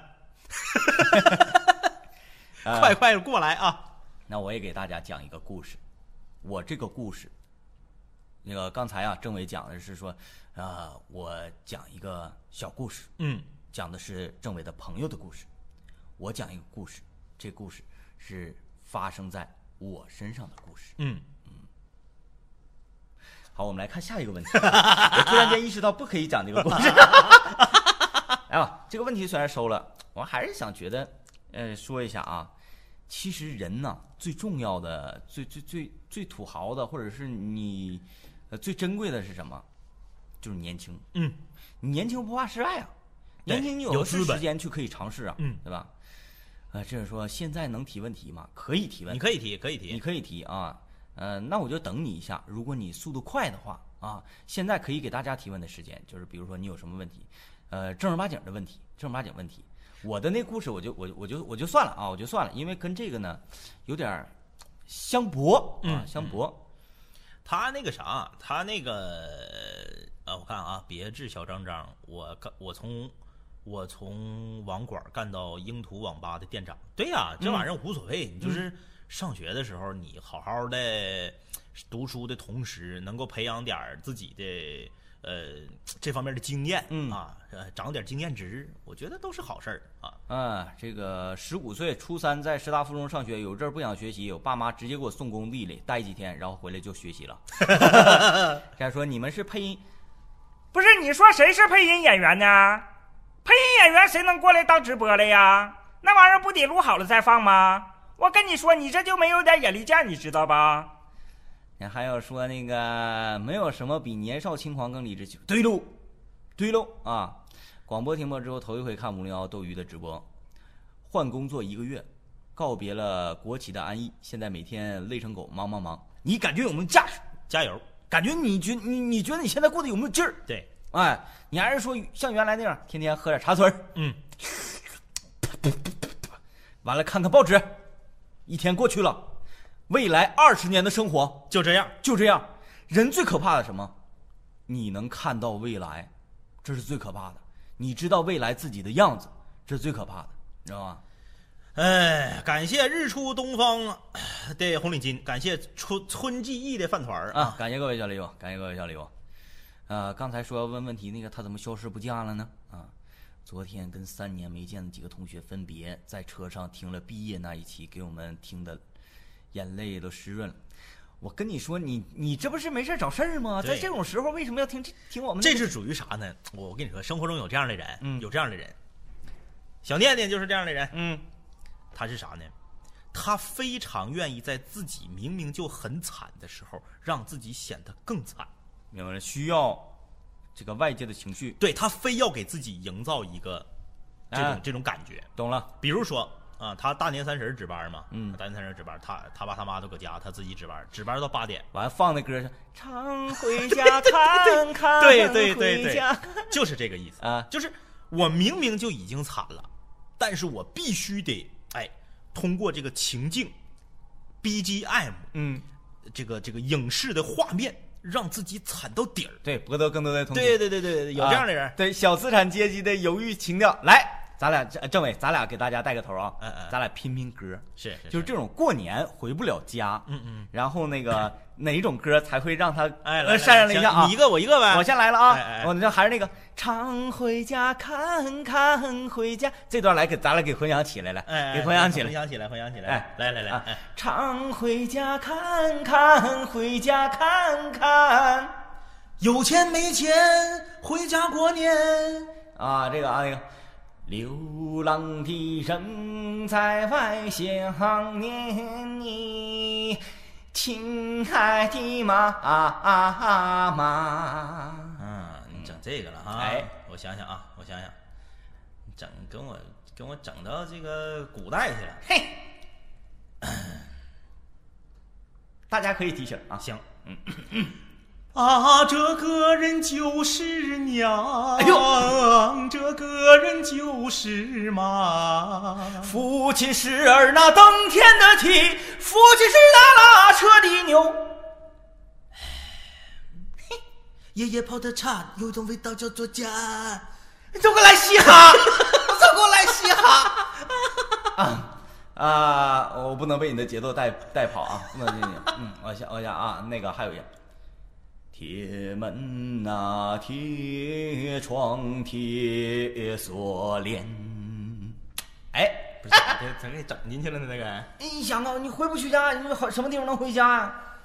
A: 呃
B: 快快过来啊！
A: 那我也给大家讲一个故事，我这个故事，那个刚才啊，政委讲的是说，呃，我讲一个小故事，
B: 嗯，
A: 讲的是政委的朋友的故事，我讲一个故事，这故事是发生在我身上的故事。
B: 嗯，
A: 好，我们来看下一个问题。 我突然间意识到不可以讲这个故事。 哎呀，这个问题虽然收了，我还是想觉得，呃，说一下啊，其实人呢，最重要的、最最最最土豪的，或者是你呃最珍贵的是什么？就是年轻。
B: 嗯，
A: 你年轻不怕失败啊，
B: 对
A: 年轻你有
B: 有
A: 的是
B: 资本
A: 时间去可以尝试啊，
B: 嗯
A: 对吧？呃，这是说现在能提问题吗？可以提问
B: 你，可以提，可以
A: 你
B: 提。
A: 可以提啊，呃，那我就等你一下。如果你速度快的话啊，现在可以给大家提问的时间，就是比如说你有什么问题，呃，正儿八经的问题，正儿八经问题。我的那故事我就我就我就我就算了啊，我就算了，因为跟这个呢有点儿相驳啊，相驳。
B: 他那个啥，他那个呃，我看啊，别致小张张，我干，我从我
A: 嗯
B: 从网管干到英图网吧的店长。对呀、这玩意儿无所谓，你就是上学的时候，你好好的读书的同时，能够培养点儿自己的呃这方面的经验，
A: 嗯
B: 啊，呃长点经验值，我觉得都是好事儿啊。
A: 嗯，这个十五岁初三在师大附中上学，有阵儿不想学习，我爸妈直接给我送工地里待几天，然后回来就学习了。 再说你们是配音，
C: 不是你说谁是配音演员呢？配音演员谁能过来当直播了呀？那玩意儿不得录好了再放吗？我跟你说，你这就没有点眼力见儿，你知道吧？
A: 你还要说那个没有什么比年少轻狂更理智。对喽，对喽啊！广播停播之后，头一回看五零幺斗鱼的直播，换工作一个月，告别了国企的安逸，现在每天累成狗，忙忙忙。你感觉有没有价值？
B: 加油！
A: 感觉你觉你你觉得你现在过得有没有劲儿？
B: 对，
A: 哎，你还是说像原来那样，天天喝点茶水儿，
B: 嗯，
A: 完了看看报纸，一天过去了，未来二十年的生活
B: 就这样。
A: 就这样。人最可怕的什么？你能看到未来，这是最可怕的。你知道未来自己的样子，这是最可怕的，你知道吗？
B: 哎，感谢日出东方的红领巾，感谢春春季忆的饭团儿
A: 啊，感谢各位小礼物，感谢各位小礼物。呃，刚才说要问问题，那个他怎么消失不见了呢？啊，昨天跟三年没见的几个同学分别在车上听了毕业那一期，给我们听的眼泪都湿润了。我跟你说，你你这不是没事找事儿吗？在
B: 对
A: 这种时候为什么要听这听我们的
B: 这是属于啥呢？我我跟你说，生活中有这样的人，
A: 嗯
B: 有这样的人，小念念就是这样的人。
A: 嗯
B: 他是啥呢？他非常愿意在自己明明就很惨的时候，让自己显得更惨。
A: 明白了，需要这个外界的情绪，
B: 对他非要给自己营造一个这种、
A: 哎
B: 这种感觉。
A: 懂了？
B: 比如说啊，他大年三十儿值班嘛，
A: 嗯
B: 大年三十儿值班，他他爸他妈都搁家，他自己值班，值班到八点，
A: 完放那歌是常回家看看，
B: 对对对
A: 回
B: 对
A: 家，
B: 就是这个意思
A: 啊
B: 就是我明明就已经惨了，但是我必须得哎，通过这个情境，BGM
A: 嗯，
B: 这个这个影视的画面，让自己惨到底儿。
A: 对，博得更多的同情。
B: 对对对对，对有这样的人
A: 啊，对小资产阶级的犹豫情调。来，咱俩这政委，咱俩给大家带个头啊，
B: 嗯嗯
A: 咱俩拼拼歌，
B: 是是
A: 就是这种过年回不了家，
B: 嗯嗯，
A: 然后那 个哪一种歌才会让他
B: 哎，来
A: 呃潸然泪下
B: 行
A: 啊
B: 你一？个我一个呗，
A: 我先来了啊
B: 哎哎哎！
A: 我那还是那个常回家看看回家这段来给咱俩给回想起来来，
B: 哎，哎
A: 给回想起来
B: 回。想起来，回想起来，
A: 哎
B: 来来来，
A: 啊
B: 哎，
A: 常回家看看，回家看看
B: 有钱没钱回家过年，
A: 啊，这个啊，那个流浪的人在外想念你，亲爱的妈啊妈。
B: 嗯，你整这个了哈，
A: 哎，
B: 我想想啊，我想想，你整跟我跟我整到这个古代去了，
A: 嘿， 大家可以提醒啊，
B: 行，
A: 嗯，
B: 啊，这个人就是娘，
A: 哎
B: 呦，这个人就是妈，
A: 父亲是儿那登天的梯，父亲是那拉车的牛。
B: 爷爷泡的茶有一种味道叫做家。
A: 你都给我来嘻 哈，都给我来嘻哈。啊啊！我不能被你的节奏带带跑啊，不能进去。嗯，我想我想啊，那个还有一个。铁门呐、铁窗，铁锁链。哎，
B: 不是，这咱给整进去了呢，那个。
A: 你想啊，你回不去家，你好什么地方能回家啊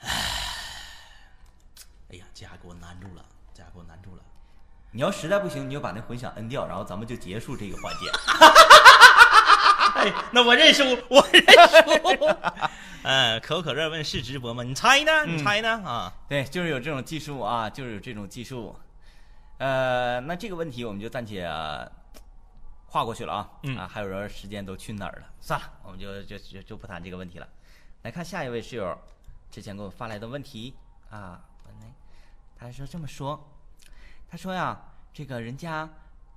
A: 呀、
B: 哎呀，这下给我难住了，这下给我难住了。
A: 你要实在不行，你就把那混响摁掉，然后咱们就结束这个环节。
B: 哎，那 我认输，我认输。 呃，可口可乐问是直播吗？你猜呢？
A: 嗯
B: 你猜呢？啊，
A: 对，就是有这种技术啊，就是有这种技术。呃，那这个问题我们就暂且、呃跨过去了啊。
B: 嗯
A: 啊，还有人时间都去哪儿了？算了，我们就就就就不谈这个问题了。来看下一位室友之前给我发来的问题啊，我来，他说这么说，他说呀，这个人家。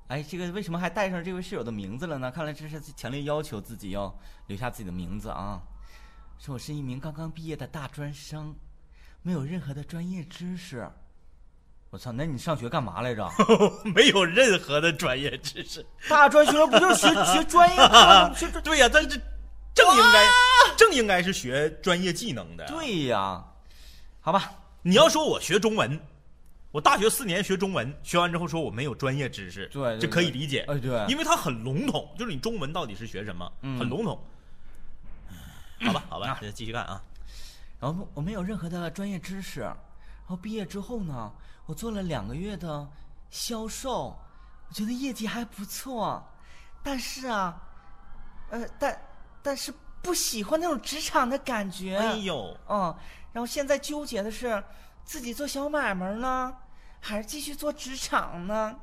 A: 哎，这个为什么还带上这位室友的名字了呢？看来这是强烈要求自己要留下自己的名字啊。说我是一名刚刚毕业的大专生，没有任何的专业知识。我操，那你上学干嘛来 着？
B: 没有任何的专业知识。
A: 大专学生不就是学学专业课吗？学专
B: 对呀、但是正应该正应该是学专业技能的。，
A: 对呀，好吧，
B: 你要说我学中文，我大学四年学中文，学完之后说我没有专业知识，
A: 对对
B: 这可以理解。
A: 哎对
B: 因为它很笼统，就是你中文到底是学什么，
A: 嗯啊
B: 很笼统。好吧，好吧，继续干啊。
A: 然后我没有任何的专业知识，然后毕业之后呢，我做了两个月的销售，我觉得业绩还不错，但是啊，呃，但但是不喜欢那种职场的感觉。
B: 哎呦，
A: 嗯，然后现在纠结的是，自己做小买卖呢，还是继续做职场呢？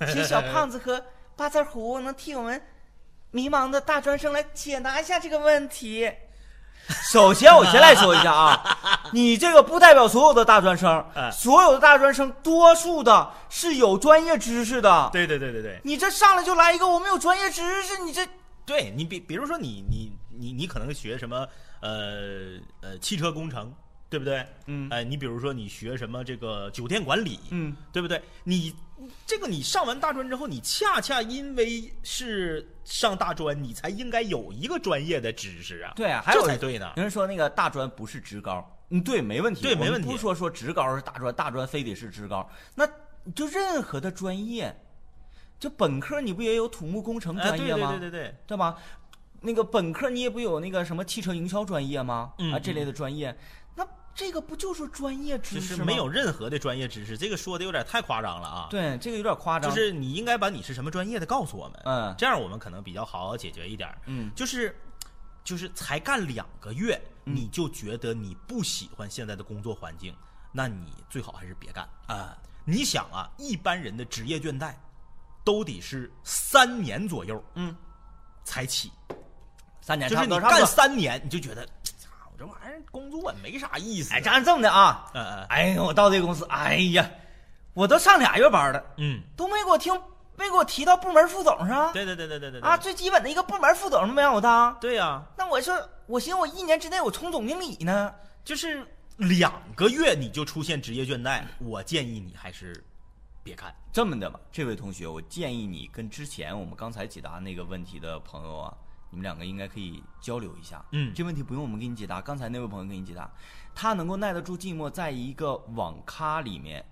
A: 其实小胖子和八字胡能替我们迷茫的大专生来解答一下这个问题。首先，我先来说一下啊， 你这个不代表所有的大专生
B: 哎，
A: 所有的大专生多数的是有专业知识的。
B: 对对对对对，
A: 你这上来就来一个我没有专业知识，你这
B: 对你比比如说你你你你可能学什么呃呃汽车工程，对不对？
A: 嗯
B: 哎、你比如说你学什么这个酒店管理，
A: 嗯，
B: 对不对？你这个你上完大专之后，你恰恰因为是上大专，你才应该有一个专业的知识啊。
A: 对啊，还有
B: 这才对呢。
A: 有人说那个大专不是职高，嗯，对，没问题，
B: 对
A: 我们
B: 没问题
A: 不说说职高是大专，大专非得是职高，那就任何的专业，就本科你不也有土木工程
B: 哎，
A: 专
B: 对
A: 业
B: 对
A: 吗？
B: 对对对，
A: 对吧？那个本科你也不有那个什么汽车营销专业吗？
B: 嗯
A: 啊，这类的专业，那这个不嗯就是专业知
B: 就
A: 识
B: 是
A: 吗？
B: 没有任何的专业知识，这个说的有点太夸张了啊。
A: 对，这个有点夸张。
B: 就是你应该把你是什么专业的告诉我们，
A: 嗯
B: 这样我们可能比较好好解决一点儿。
A: 嗯
B: 就是就是才干两个月，
A: 嗯
B: 你就觉得你不喜欢现在的工作环境，那你最好还是别干啊、你想啊，一般人的职业倦怠都得是三年左右
A: 嗯，
B: 才起，
A: 三年
B: 就是
A: 差不多，
B: 你
A: 差不
B: 干
A: 多。
B: 三年你就觉得，这家伙这玩意儿工作也没啥意思。
A: 哎，咱这么的啊，
B: 嗯嗯
A: 哎呀，我到这个公司，哎呀，我都上俩月班了。
B: 嗯，
A: 都没给我听，没给我提到部门副总上
B: 对对对对对对对
A: 啊，最基本的一个部门副总都没让我当。
B: 对啊呀、
A: 那我说，我寻思我一年之内我冲总经理呢，
B: 就是两个月你就出现职业倦怠，我建议你还是别干。
A: 这么的吧，这位同学，我建议你跟之前我们刚才解答那个问题的朋友啊，你们两个应该可以交流一下。
B: 嗯
A: 这问题不用我们给你解答，刚才那位朋友给你解答，他能够耐得住寂寞，在一个网咖里面，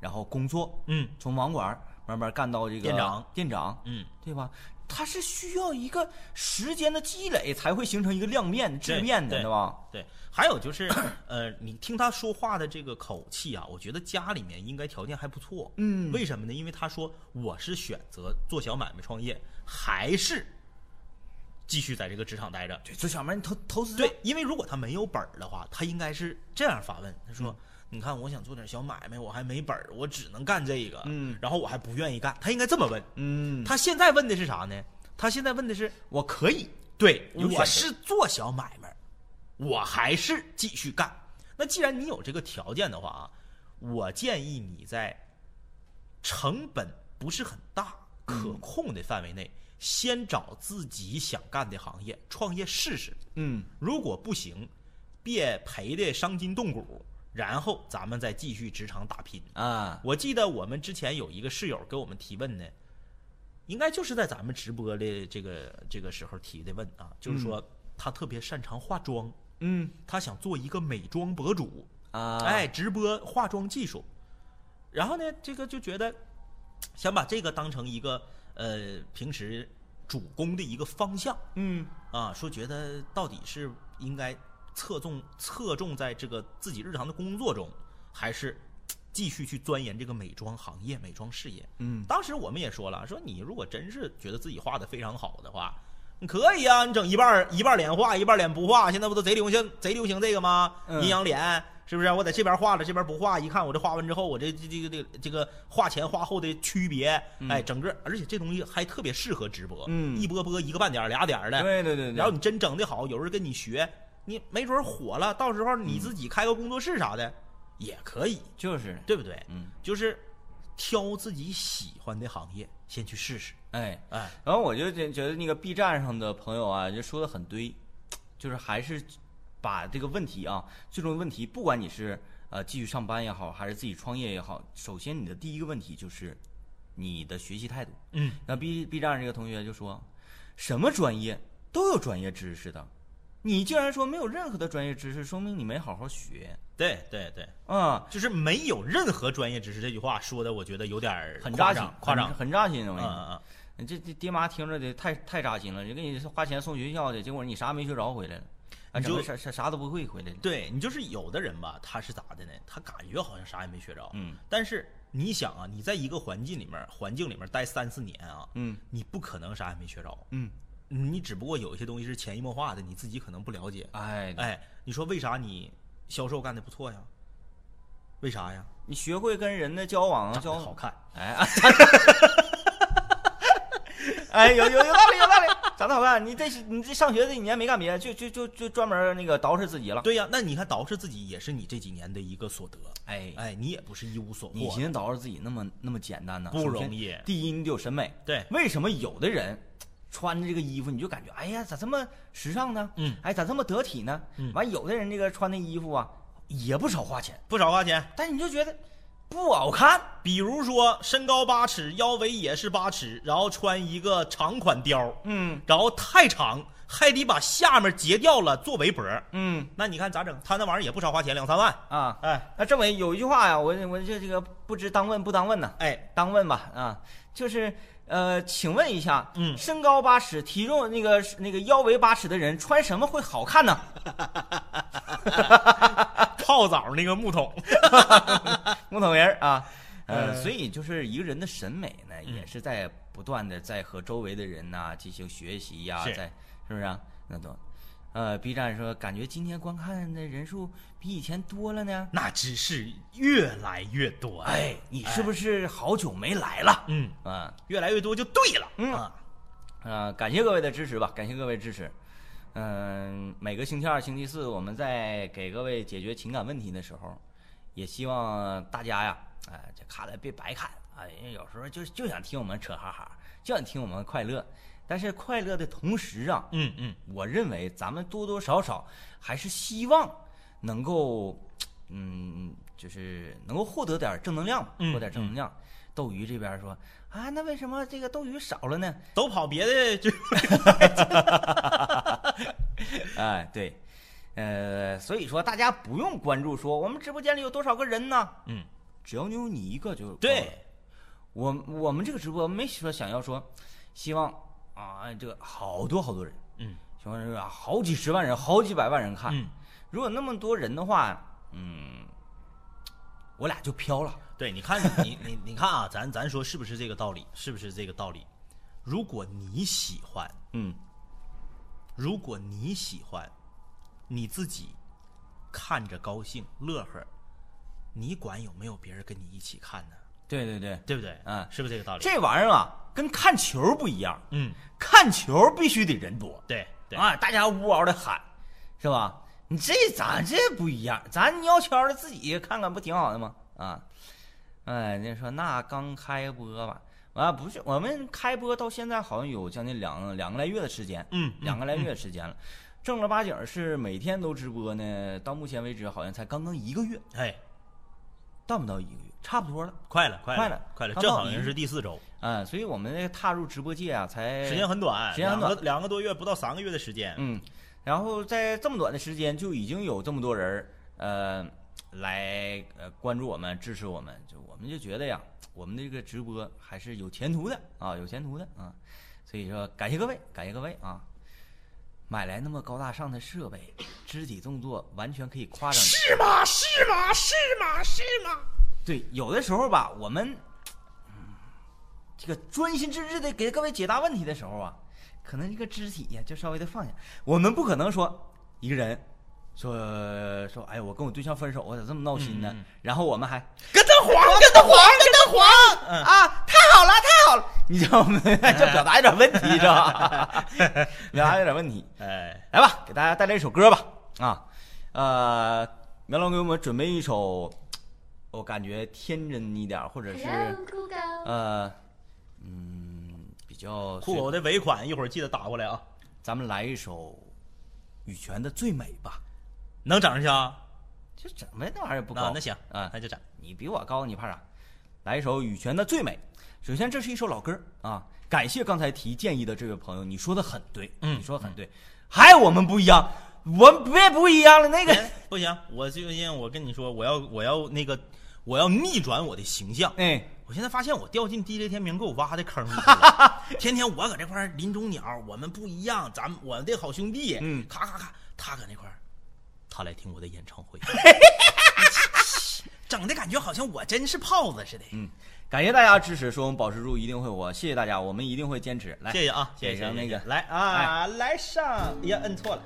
A: 然后工作，
B: 嗯
A: 从网管慢慢干到这个
B: 店长，
A: 店长，
B: 嗯，
A: 对吧？它是需要一个时间的积累才会形成一个亮面、质变的，
B: 对
A: 对吧？
B: 对，还有就是， 呃，你听他说话的这个口气啊，我觉得家里面应该条件还不错。
A: 嗯
B: 为什么呢？因为他说我是选择做小买卖创业，还是继续在这个职场待着。
A: 对，这小妹你投投资
B: 对，因为如果他没有本儿的话，他应该是这样发问：他
A: 嗯
B: 说，你看，我想做点小买卖，我还没本儿，我只能干这个，
A: 嗯，
B: 然后我还不愿意干。他应该这么问。
A: 嗯，
B: 他现在问的是啥呢？他现在问的是，
A: 我可以，
B: 对，
A: 有选择
B: 我是做小买卖，我还是继续干。那既然你有这个条件的话啊，我建议你在成本不是很大、可控的范围内，先找自己想干的行业创业试试。
A: 嗯，
B: 如果不行，别赔的伤筋动骨，然后咱们再继续职场打拼。
A: 啊，
B: 我记得我们之前有一个室友给我们提问呢，应该就是在咱们直播的这个这个时候提的问啊，就是说他特别擅长化妆，
A: 嗯
B: 他想做一个美妆博主，
A: 啊，
B: 哎，，直播化妆技术。然后呢，这个就觉得想把这个当成一个呃平时主攻的一个方向，
A: 嗯
B: 啊，说觉得到底是应该侧重侧重在这个自己日常的工作中，还是继续去钻研这个美妆行业、美妆事业？
A: 嗯，
B: 当时我们也说了，说你如果真是觉得自己画的非常好的话，你可以啊，你整一半儿一半儿脸画，一半儿脸不画，现在不都贼流行贼流行这个吗？
A: 嗯
B: 阴阳脸。是不是我在这边画了，这边不画？一看我这画完之后，我这这这个这个这个画前画后的区别，哎，整个而且这东西还特别适合直播，
A: 嗯
B: 一波播一个半点儿俩点儿的，
A: 对对对对，
B: 然后你真整的好，有人跟你学，你没准儿火了，到时候你自己开个工作室啥的、也可以，
A: 就是，
B: 对不对？
A: 嗯，
B: 就是挑自己喜欢的行业先去试试。
A: 哎，
B: 哎，
A: 然后我就觉觉得那个 B 站上的朋友啊，就说的很对，就是还是把这个问题啊，最终的问题，不管你是呃继续上班也好，还是自己创业也好，首先你的第一个问题就是你的学习态度。
B: 嗯，
A: 那 B B 站这个同学就说，什么专业都有专业知识的，你竟然说没有任何的专业知识，说明你没好好学
B: 对对对，
A: 啊、
B: 就是没有任何专业知识这句话说的，我觉得有点儿
A: 很
B: 夸
A: 扎心
B: 张，，夸张
A: 很。很扎心的。我
B: 嗯
A: 跟你说
B: 嗯
A: 你这这爹妈听着得太太扎心了，你给你花钱送学校去，结果你啥没学着回来了，啊，
B: 你
A: 整
B: 就
A: 个啥啥啥都不会回来了
B: 嗯，。对你就是有的人吧，他是咋的呢？他感觉好像啥也没学着，
A: 嗯
B: 但是你想啊，你在一个环境里面，环境里面待三四年啊，
A: 嗯
B: 你不可能啥也没学着，
A: 嗯，
B: 你只不过有一些东西是潜移默化的，你自己可能不了解。
A: 哎，
B: 哎，你说为啥你销售干的不错呀？为啥呀？
A: 你学会跟人的交往啊，
B: 长
A: 交
B: 得好看，
A: 哎， 啊哎，有有有道理，有道理，长得好看。你这你这上学这几年没干别的，就就就就专门那个捯饬自己了。
B: 对呀，那你看捯饬自己也是你这几年的一个所得。
A: 哎
B: 哎，你也不是一无所
A: 你
B: 获
A: 寻。思捯饬自己那么那么简单呢？
B: 不
A: 首先
B: 容易
A: 第一，你得有审美。
B: 对
A: 为什么有的人穿着这个衣服，你就感觉哎呀，咋这么时尚呢？
B: 嗯，
A: 哎，咋这么得体呢？
B: 嗯
A: 完，有的人这个穿的衣服啊，也不少花钱，
B: 不少花钱。
A: 但你就觉得不好看。
B: 比如说身高八尺，腰围也是八尺，然后穿一个长款貂，
A: 嗯
B: 然后太长，还得把下面截掉了做围脖。
A: 嗯
B: 那你看咋整？他那玩意儿也不少花钱，两三万。
A: 啊，
B: 哎
A: 那政委有一句话呀，我我这这个不知当问不当问呢，
B: 哎，
A: 当问吧啊，就是呃，请问一下，
B: 嗯
A: 身高八尺，体重那个那个腰围八尺的人穿什么会好看呢？
B: 泡澡那个木桶。
A: 木头人儿啊，呃，
B: 呃
A: 所以就是一个人的审美呢，
B: 嗯
A: 也是在不断的在和周围的人呐、进行学习呀、
B: 是
A: 在是不是、啊？那都，呃，B 站说感觉今天观看的人数比以前多了呢。
B: 那真是越来越多。
A: 哎，你是不是好久没来了？
B: 嗯，
A: 啊
B: 越来越多就对了。
A: 嗯
B: 啊，
A: 啊，感谢各位的支持吧，感谢各位支持。嗯，每个星期二、星期四，我们在给各位解决情感问题的时候，也希望大家呀，哎，这卡的别白看啊，因为有时候就就想听我们扯哈哈，就想听我们快乐。但是快乐的同时啊，
B: 嗯嗯，
A: 我认为咱们多多少少还是希望能够，嗯，就是能够获得点儿正能量吧，获
B: 嗯
A: 得点儿正能量。斗鱼这边说啊，那为什么这个斗鱼少了呢？
B: 都跑别的就
A: 哎，对，呃，所以说大家不用关注说我们直播间里有多少个人呢，
B: 嗯，
A: 只要你有你一个就够了
B: 对。
A: 我我们这个直播没说想要说，希望啊这个好多好多人，
B: 嗯，
A: 希望是啊好几十万人、好几百万人看。
B: 嗯，
A: 如果那么多人的话，嗯，我俩就飘了。
B: 对，你看你你你看啊，咱咱说是不是这个道理？是不是这个道理？如果你喜欢，
A: 嗯，
B: 如果你喜欢，你自己看着高兴乐呵，你管有没有别人跟你一起看呢？
A: 对对对，
B: 对不对？
A: 嗯
B: 是不是这个道理？
A: 这玩意儿啊跟看球不一样，
B: 嗯，
A: 看球必须得人多。
B: 对对，
A: 啊，大家呜嗷的喊，是吧？你这咱这不一样，咱悄悄的自己看看不挺好的吗？啊，哎，那说那刚开播吧，完、啊、不是我们开播到现在好像有将近两两个来月的时间，
B: 嗯嗯
A: 两个来月的时间了。正儿八经儿是每天都直播呢，到目前为止好像才刚刚一个月，
B: 哎，
A: 到不到一个月，差不多了。
B: 快了快
A: 快
B: 了
A: 了
B: 快了，
A: 刚
B: 正
A: 到
B: 好
A: 一
B: 像是第四周，
A: 啊、所以我们这个踏入直播界啊，才
B: 哎时间很短，
A: 时间很
B: 两个
A: 短
B: 两个多月不到三个月的时间，
A: 嗯，然后在这么短的时间就已经有这么多人儿呃来呃关注我们、支持我们，就我们就觉得呀，我们这个直播还是有前途的啊，有前途的啊，所以说感谢各位，感谢各位啊。买来那么高大上的设备，肢体动作完全可以夸张。
B: 是吗？是吗？是吗？是吗？
A: 对，有的时候吧，我们、嗯这个专心致志的给各位解答问题的时候啊，可能这个肢体呀、就稍微的放下。我们不可能说一个人说说，哎，我跟我对象分手，我咋这么闹心呢？
B: 嗯嗯
A: 然后我们还
B: 跟他黄，跟他黄，跟他黄。嗯
A: 啊，太好了，太好了！你知道吗？ 这表达有点问题，是 吧？表达有点问题。
B: 哎，
A: 来吧，给大家带来一首歌吧。啊，呃，苗龙给我们准备一首，我感觉天真一点儿，或者是。
D: Hello Google，
A: 呃，嗯，比较
B: 酷
A: 随
B: 狗的尾款一会儿记得打过来啊，
A: 咱们来一首羽泉的《最美》吧。
B: 能涨上去啊？
A: 这整的那玩意儿不
B: 那
A: 高，
B: 那行
A: 啊
B: 那，就涨。
A: 你比我高，你怕啥？来一首羽泉的《最美》。首先，这是一首老歌儿啊，感谢刚才提建议的这位朋友，你说的很对，
B: 嗯
A: 你说的很对。还有我们不一样，我们别不一样了，那个，
B: 哎不行，我最近我跟你说，我要我要那个，我要逆转我的形象。
A: 哎，
B: 我现在发现我掉进地雷天明给我挖的坑里 了，天天我搁这块儿林中鸟，我们不一样，咱们我们的好兄弟，
A: 嗯
B: 咔咔咔，他搁那块儿，他来听我的演唱 会，整的感觉好像我真是炮子似的。
A: 嗯，感谢大家支持，说我们保持住一定会火，谢谢大家，我们一定会坚持。来，
B: 谢谢啊，谢
A: 写
B: 谢
A: 上
B: 谢
A: 那
B: 谢
A: 个，
B: 来啊，来上，哎呀，摁错了。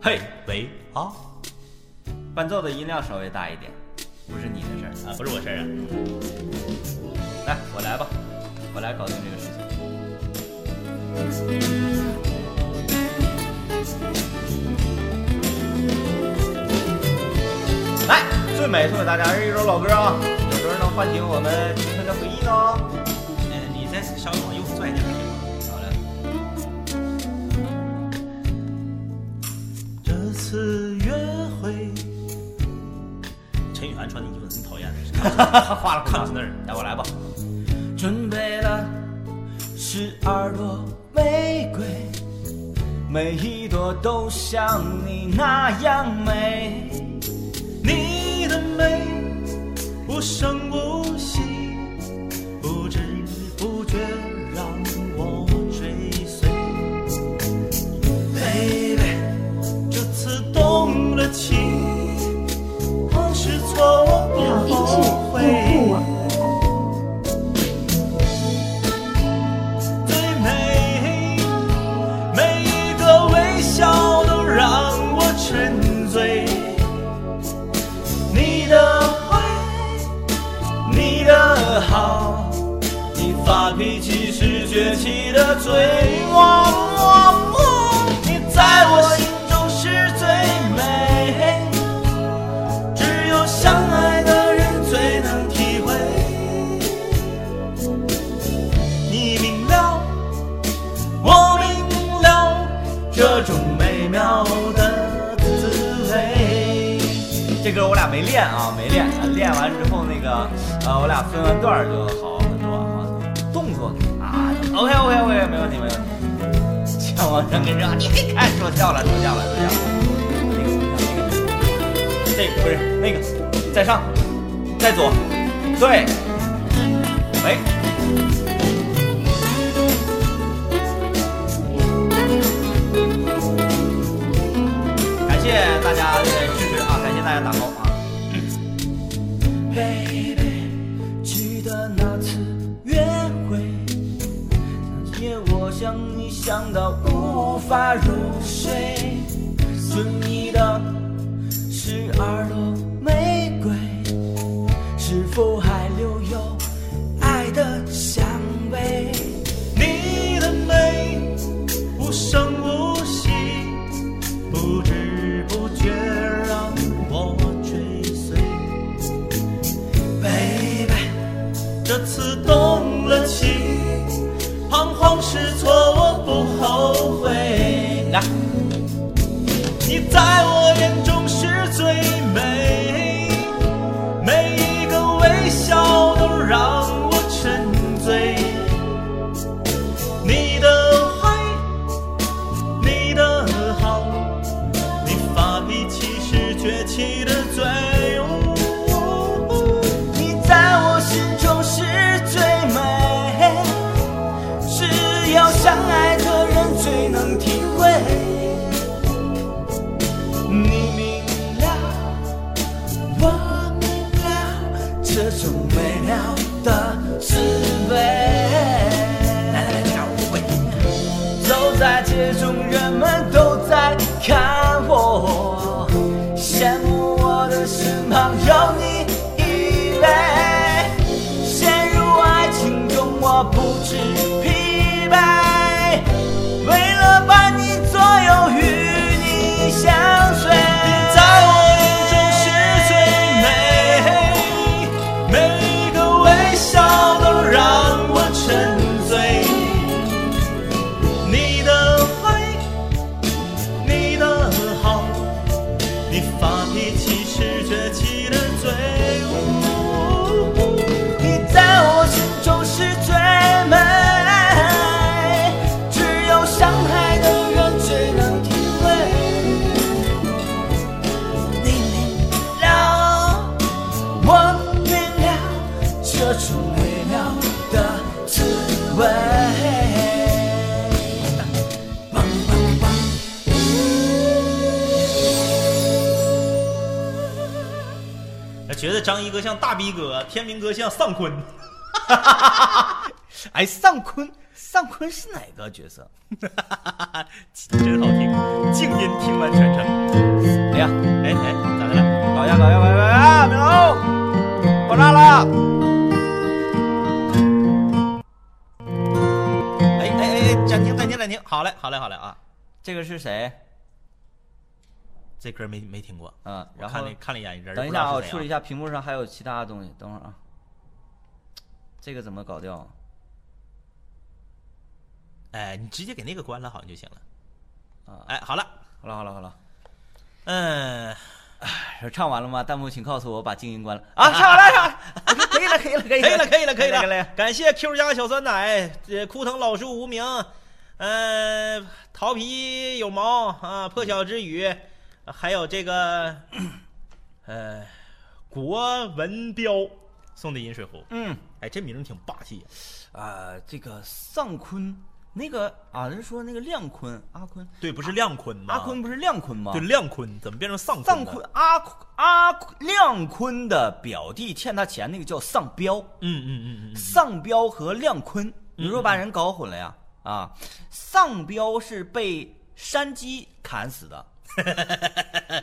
B: 嘿，喂啊
A: 伴奏的音量稍微大一点，不是你的事儿。
B: 啊，不是我事儿啊，
A: 来，我来吧，我来搞定这个事情。来，最美送给大家是一首老歌啊，有时候能唤醒我们青春的回忆呢哦。
B: 嗯，你再稍微往右拽点儿。
A: 好嘞，
B: 这次约会，陈羽凡穿的衣服真讨厌，
A: 画了
B: 看不那儿。
A: 来，我来吧。准备了十二朵玫瑰，每一朵都像你那样美。
B: 你的美无声无息，不知不觉让我追随。Baby，这次动了情，不是错我不
D: 一致
B: 后悔。
D: 用户网。
B: 最美，每一个微笑都让我沉醉。你的坏，你的好，你发脾气是崛起的罪。我我我，你在我心中是最美，只有相爱的人最能体会。你明了，我明了这种美妙的滋味。
A: 这歌我俩没练啊，没练，练完之后那个，呃，我俩分完段儿就好很多啊，动作啊，OK OK OK，没问题没问题。 像王声跟你说，你别看说笑了，说笑了，说笑了。那个那个，这个不是那个，再上，再左，对，喂，感谢大家的支持啊，感谢大家打 call 啊。
B: Baby，记得那次约会，
A: 那夜我想你想到无法入睡，准你的十二朵玫瑰，是否还留有爱的香味？
B: 你的美无声无息，不知不觉让我追随。Baby，这次动了情，彷徨失措我不后悔。
A: 来，
B: 你在我眼中是最美，每一个微笑都让我沉醉。你的坏，你的好，你发脾气是崛起的罪。你在我心中是最美，只有相爱的人最能体会。你明了，我明了这种美妙的滋味。来来来，跳舞！走在街中，人们都在看我，羡慕我的身旁有你依偎。陷入爱情中，我不知疲惫，为了伴你左右，与你相随。你在我眼中是最美，每一个微笑都让我沉醉。你的坏，你的好，你发脾气是崛起的罪。你在我心中是最美，只有相爱的人最能体觉得张一哥像大逼哥，天明哥像丧坤。 哎，丧坤，丧坤是哪个角色？真好听，静音听完全程。
A: 哎呀，
B: 哎哎，咋的了？
A: 搞呀搞呀搞呀搞呀！明楼，爆炸了！
B: 哎哎哎，哎暂停暂停暂停，好嘞好嘞好嘞啊，
A: 这个是谁？
B: 这歌没没听过。
A: 嗯，
B: 我
A: 然
B: 看
A: 后
B: 了看了一眼人，
A: 等一下啊，我处理一
B: 下。
A: 下屏幕上还有其他的东西，等会儿啊。这个怎么搞掉啊？
B: 哎，你直接给那个关了好像就行了。
A: 啊，
B: 哎，好了，
A: 好了好了好了，
B: 嗯，
A: 说唱完了吗？弹幕请告诉我，我把静音关了啊！唱完了，唱完了， 可以了可以了可以
B: 可以了，
A: 了
B: 可以了，可以
A: 可以了
B: 了。。感谢 Q 家小酸奶，呃，枯藤老树无名，呃，桃皮有毛啊，破晓之雨，还有这个，呃，国文彪送的饮水壶。
A: 嗯
B: 哎，这名儿挺霸气呀。
A: 啊，这个丧坤，那个啊，人说那个亮坤，阿坤，
B: 对，不是亮坤吗？
A: 阿坤，不是亮坤吗
B: 对，？亮坤怎么变成丧
A: 丧
B: 坤
A: 坤
B: 了？
A: 阿阿亮坤的表弟欠他钱，那个叫丧彪。
B: 嗯嗯嗯嗯嗯，
A: 丧彪和亮坤，你说把人搞混了呀？啊，丧彪是被山鸡砍死 的，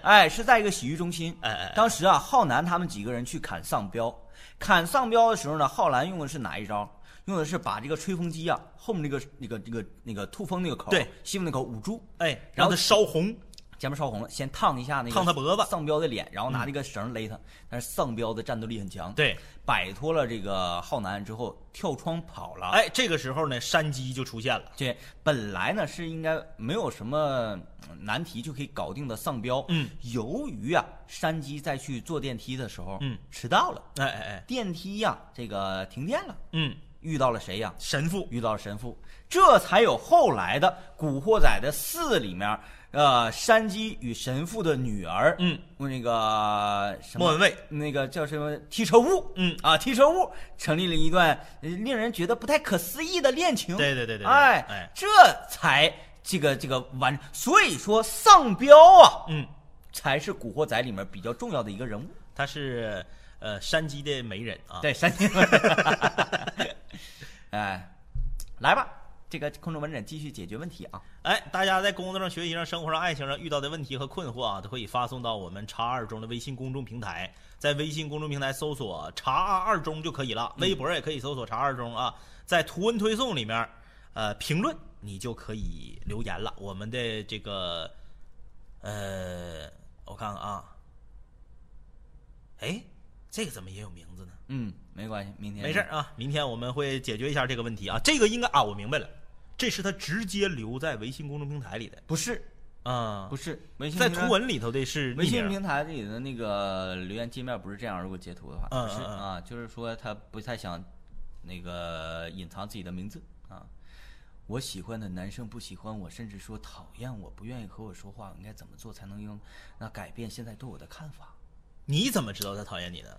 A: 哎，是在一个洗浴中心
B: 哎哎哎。
A: 当时啊，浩南他们几个人去砍丧彪，砍丧彪的时候呢，浩南用的是哪一招？用的是把这个吹风机啊后面那个那个那个那个吐风那个口，
B: 对，
A: 西风那口捂住，
B: 哎，
A: 然
B: 让
A: 后
B: 他烧红。
A: 前面烧红了，先烫一下那个
B: 烫他脖子嗯
A: 丧彪的脸，然后拿这个绳勒他。但是丧彪的战斗力很强，
B: 对，
A: 摆脱了这个浩南之后跳窗跑了。，
B: 哎，这个时候呢，山鸡就出现了。
A: 对，本来呢是应该没有什么嗯难题就可以搞定的丧彪，
B: 嗯，
A: 由于啊山鸡在去坐电梯的时候，
B: 嗯，
A: 迟到了，
B: 哎哎哎，
A: 电梯呀、这个停电了，
B: 嗯，
A: 遇到了谁呀、
B: 神父。
A: 遇到了神父，这才有后来的《古惑仔》的四里面，呃，山鸡与神父的女儿，
B: 嗯，
A: 那个什么
B: 莫文蔚，
A: 那个叫什么踢车屋，
B: 嗯
A: 啊，踢车屋成立了一段呃令人觉得不太可思议的恋情，
B: 对对对对对
A: 哎
B: 哎
A: 这才这个这个完，所以说丧彪啊，
B: 嗯，
A: 才是《古惑仔》里面比较重要的一个人物，
B: 他是呃山鸡的媒人啊。，
A: 对，山鸡， 哎，来吧，这个空中门诊继续解决问题啊。
B: 哎，大家在工作上、学习上、生活上、爱情上遇到的问题和困惑啊，都可以发送到我们茶二中的微信公众平台，在微信公众平台搜索“茶二中”就可以了。微博也可以搜索“茶二中”啊，在图文推送里面，呃，评论你就可以留言了。我们的这个，呃，我看看啊，哎，这个怎么也有名字呢？
A: 嗯，没关系，明天
B: 没事儿啊，明天我们会解决一下这个问题啊。这个应该啊，我明白了，这是他直接留在微信公众平台里的
A: 不是
B: 啊
A: 不，是，微信
B: 在
A: 平台
B: 图文里头的是
A: 微信
B: 匿名
A: 平台里的那个留言界面不是这样，如果截图的话，
B: 嗯
A: 不是
B: 嗯嗯
A: 啊，就是说他不太想那个隐藏自己的名字啊。我喜欢的男生不喜欢我，甚至说讨厌我，不愿意和我说话，我应该怎么做才能用那改变现在对我的看法？
B: 你怎么知道他讨厌你呢？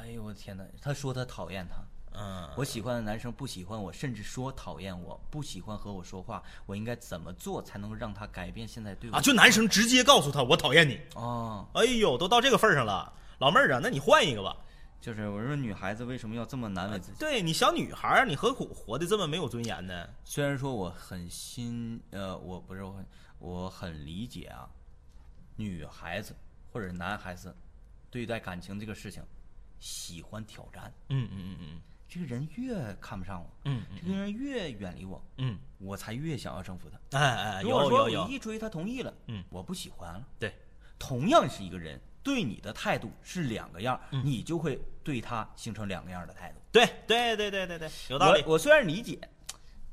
A: 哎呦我的天哪！他说他讨厌他，
B: 嗯，
A: 我喜欢的男生不喜欢我，甚至说讨厌我，不喜欢和我说话，我应该怎么做才能让他改变现在对我
B: 啊，就男生直接告诉他我讨厌你。
A: 哦，
B: 哎呦，都到这个份儿上了，老妹儿啊，那你换一个吧。
A: 就是我说女孩子为什么要这么难为自己？
B: 对你小女孩儿，你何苦活得这么没有尊严呢？
A: 虽然说我很心，呃，我不是我很，我很理解啊，女孩子或者男孩子对待感情这个事情，喜欢挑战，
B: 嗯嗯嗯嗯
A: 这个人越看不上我，
B: 嗯
A: 这个人越远离我，
B: 嗯，
A: 我才越想要征服他。
B: 哎哎，
A: 如果
B: 有
A: 说
B: 有
A: 我
B: 有，
A: 一追他同意了，
B: 嗯
A: 我不喜欢了，
B: 对，
A: 同样是一个人，对你的态度是两个样儿，你就会对他形成两个样儿的态度。
B: 对对对对对对，有道理。
A: 我我虽然理解，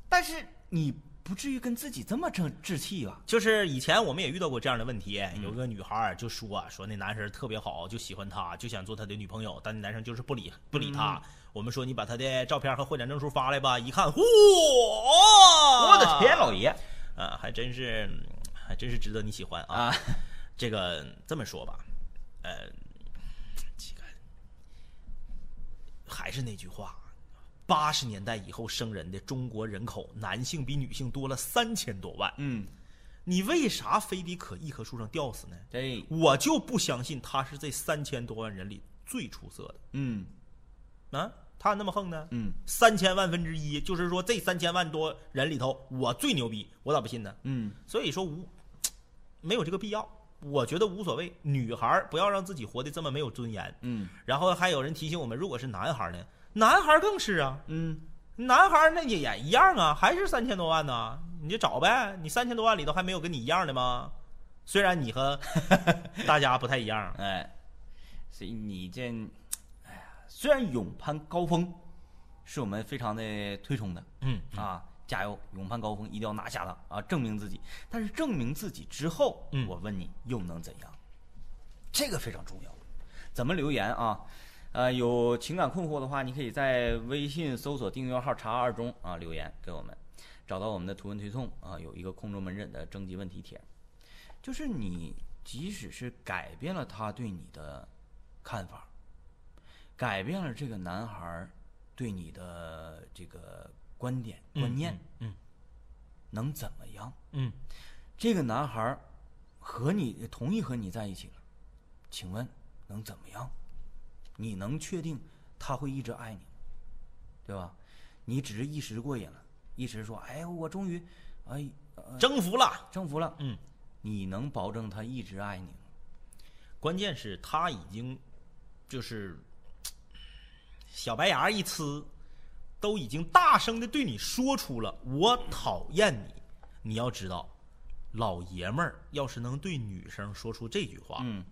A: 但是你不至于跟自己这么争置气吧？
B: 就是以前我们也遇到过这样的问题，
A: 嗯
B: 有个女孩儿就说、说那男生特别好，就喜欢她，就想做她的女朋友，但那男生就是不理不理她。
A: 嗯
B: 我们说你把她的照片和获奖证书发来吧，一看，嚯，我
A: 我的天，老爷
B: 啊，还真是嗯还真是值得你喜欢啊。
A: 啊！
B: 这个这么说吧，呃，这个还是那句话。八十年代以后生人的中国人口，男性比女性多了三千多万。
A: 嗯，
B: 你为啥非得可一棵树上吊死呢？
A: 对，
B: 我就不相信他是这三千多万人里最出色的。
A: 嗯
B: 啊，他那么横呢？
A: 嗯
B: 三千万分之一，就是说这三千万多人里头，我最牛逼，我咋不信呢？
A: 嗯
B: 所以说无没有这个必要，我觉得无所谓。女孩儿不要让自己活得这么没有尊严。
A: 嗯
B: 然后还有人提醒我们，如果是男孩儿呢，男孩儿更是啊，
A: 嗯
B: 男孩儿那也也一样啊，还是三千多万呢，你就找呗。你三千多万里头还没有跟你一样的吗？虽然你和大家不太一样，
A: 哎，所以你这，哎呀，虽然勇攀高峰是我们非常的推崇的
B: 嗯
A: 啊，加油，勇攀高峰一定要拿下它啊，证明自己。但是证明自己之后，
B: 嗯
A: 我问你又能怎样？这个非常重要。怎么留言啊？呃，有情感困惑的话，你可以在微信搜索订阅号“查二中”啊留言给我们，找到我们的图文推送啊，有一个空中门诊的征集问题帖。就是你即使是改变了他对你的看法，改变了这个男孩儿对你的这个观点观念，
B: 嗯
A: 能怎么样？
B: 嗯
A: 这个男孩儿和你同意和你在一起了，请问能怎么样？你能确定他会一直爱你吗？对吧？你只是一时过瘾了，一时说：“哎，我终于，哎，呃
B: 嗯，征服了。
A: 征服了。”
B: 嗯，
A: 你能保证他一直爱你吗？
B: 关键是他已经就是小白牙一呲，都已经大声的对你说出了“我讨厌你”。你要知道，老爷们儿要是能对女生说出这句话，
A: 嗯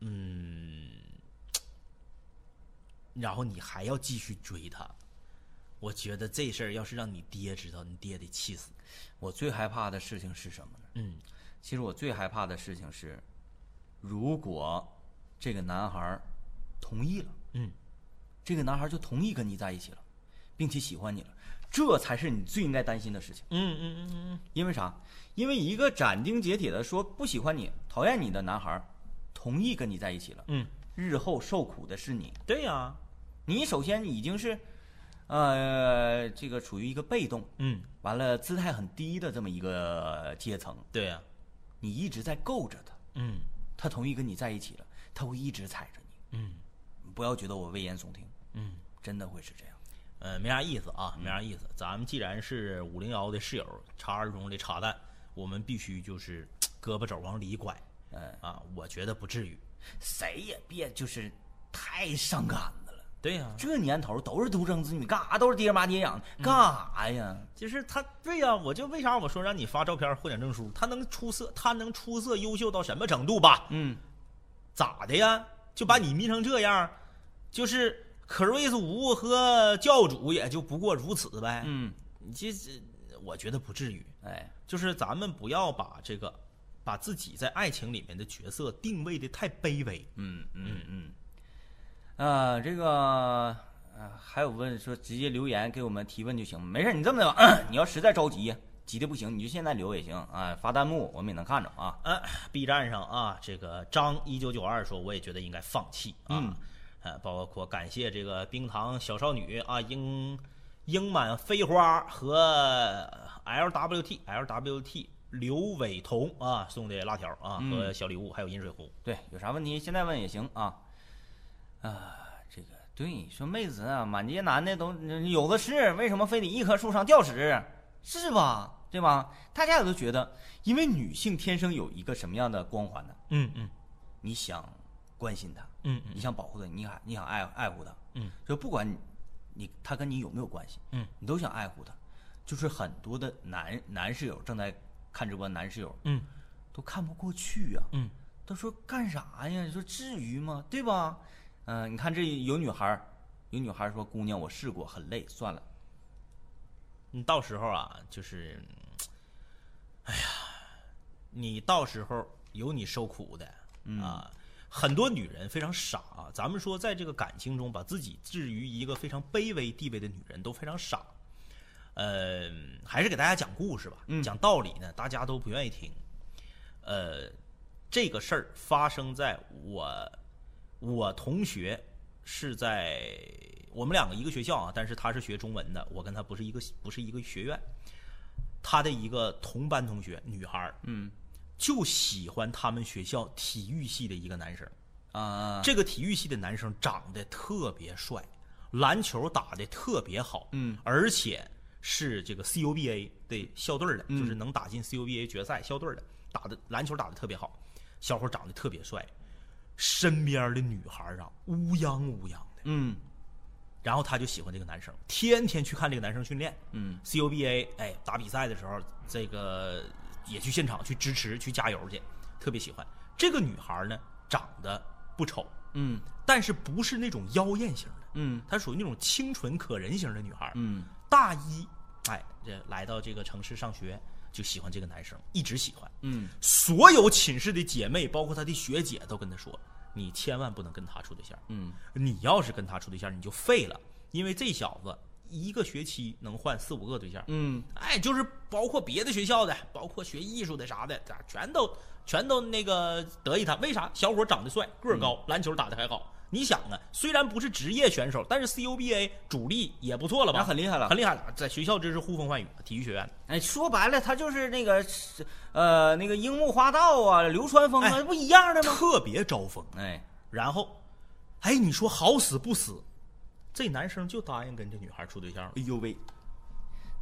B: 嗯然后你还要继续追他，我觉得这事儿要是让你爹知道，你爹得气死。
A: 我最害怕的事情是什么呢？
B: 嗯
A: 其实我最害怕的事情是，如果这个男孩儿同意了，
B: 嗯，
A: 这个男孩儿就同意跟你在一起了，并且喜欢你了，这才是你最应该担心的事情。
B: 嗯嗯嗯嗯，
A: 因为啥？因为一个斩钉截铁的说不喜欢你、讨厌你的男孩儿，同意跟你在一起了，
B: 嗯，
A: 日后受苦的是你。
B: 对呀、
A: 你首先已经是，呃，这个处于一个被动，
B: 嗯
A: 完了姿态很低的这么一个阶层，
B: 对呀、
A: 你一直在够着他。
B: 嗯
A: 他同意跟你在一起了，他会一直踩着你。
B: 嗯
A: 你不要觉得我危言耸听，
B: 嗯。
A: 真的会是这样。
B: 呃，没啥意思啊，没啥意思。咱们既然是五零幺的室友，查二中的茶蛋，我们必须就是胳膊肘往里拐
A: 嗯，
B: 啊！我觉得不至于。
A: 谁也别就是太上杆子了。
B: 对呀、
A: 这年头都是独生子女，干啥都是爹妈爹养，干啥呀？
B: 就是他，对呀、我就为啥我说让你发照片获奖证书，他能出色，他能出色优秀到什么程度吧？
A: 嗯，
B: 咋的呀？就把你迷成这样，就是克瑞斯吴和教主也就不过如此呗。
A: 嗯，
B: 你这这，我觉得不至于。
A: 哎，
B: 就是咱们不要把这个，把自己在爱情里面的角色定位的太卑微。
A: 嗯嗯嗯，呃，这个。呃，还有问说直接留言给我们提问就行，没事，你这么的吧， 你要实在着急，急的不行，你就现在留也行啊，发弹幕我们也能看着啊。
B: 啊，B 站上啊，这个张一九九二说，我也觉得应该放弃啊。
A: 嗯
B: 呃，包括感谢这个冰糖小少女啊，英英满飞花和 LWT LWT 刘伟彤啊送的辣条啊、和小礼物，还有饮水壶。
A: 对，有啥问题现在问也行啊。啊，这个对，说妹子啊，满街男的都呃有的是，为什么非得一棵树上吊死？是吧？对吧？大家也都觉得，因为女性天生有一个什么样的光环呢？
B: 嗯嗯
A: 你想关心她，
B: 嗯
A: 你想保护她，你想你想爱爱护她，
B: 嗯，
A: 就不管你你她跟你有没有关系，
B: 嗯，
A: 你都想爱护她。就是很多的男男室友正在看直播，男室友
B: 嗯
A: 都看不过去啊，
B: 嗯
A: 他说干啥呀？你说至于吗？对吧？嗯、你看这有女孩儿，有女孩儿说：“姑娘，我试过，很累，算了。
B: 你到时候啊，就是，嗯哎呀，你到时候有你受苦的、啊。很多女人非常傻啊，咱们说在这个感情中把自己置于一个非常卑微地位的女人都非常傻。呃，还是给大家讲故事吧，讲道理呢，大家都不愿意听。呃，这个事儿发生在我我同学是在我们两个一个学校啊，但是他是学中文的，我跟他不是一个不是一个学院。他的一个同班同学，女孩，嗯，就喜欢他们学校体育系的一个男生，
A: 啊，
B: 这个体育系的男生长得特别帅，篮球打得特别好，
A: 嗯，
B: 而且是这个 CUBA 的校队儿的，
A: 嗯
B: 就是能打进 CUBA 决赛校队儿的，打的篮球打得特别好，小伙儿长得特别帅，身边的女孩儿啊乌泱乌泱的，
A: 嗯
B: 然后他就喜欢这个男生，天天去看这个男生训练，
A: 嗯
B: ，CUBA 哎打比赛的时候，这个呃也去现场去支持去加油去，特别喜欢这个女孩儿呢，长得不丑，
A: 嗯
B: 但是不是那种妖艳型的，
A: 嗯
B: 她属于那种清纯可人型的女孩。
A: 嗯，
B: 大一，哎，这来到这个城市上学，就喜欢这个男生，一直喜欢。
A: 嗯，
B: 所有寝室的姐妹，包括她的学姐，都跟她说，你千万不能跟他处对象。
A: 嗯，
B: 你要是跟他处对象，你就废了，因为这小子一个学期能换四五个对象。
A: 嗯，
B: 哎，就是包括别的学校的，包括学艺术的啥的，咋全都全都那个得意他。为啥？小伙长得帅，个儿高，
A: 嗯
B: 篮球打得还好。你想啊，虽然不是职业选手，但是 CUBA 主力也不错了吧？
A: 那很厉害了
B: 很厉害了，在学校真是呼风唤雨。体育学院，
A: 哎，说白了，他就是那个，呃，那个樱木花道啊，流川枫啊，
B: 哎
A: 不一样的吗？
B: 特别招风。
A: 哎，
B: 然后，哎，你说好死不死，这男生就答应跟这女孩处对象了。
A: 哎呦喂，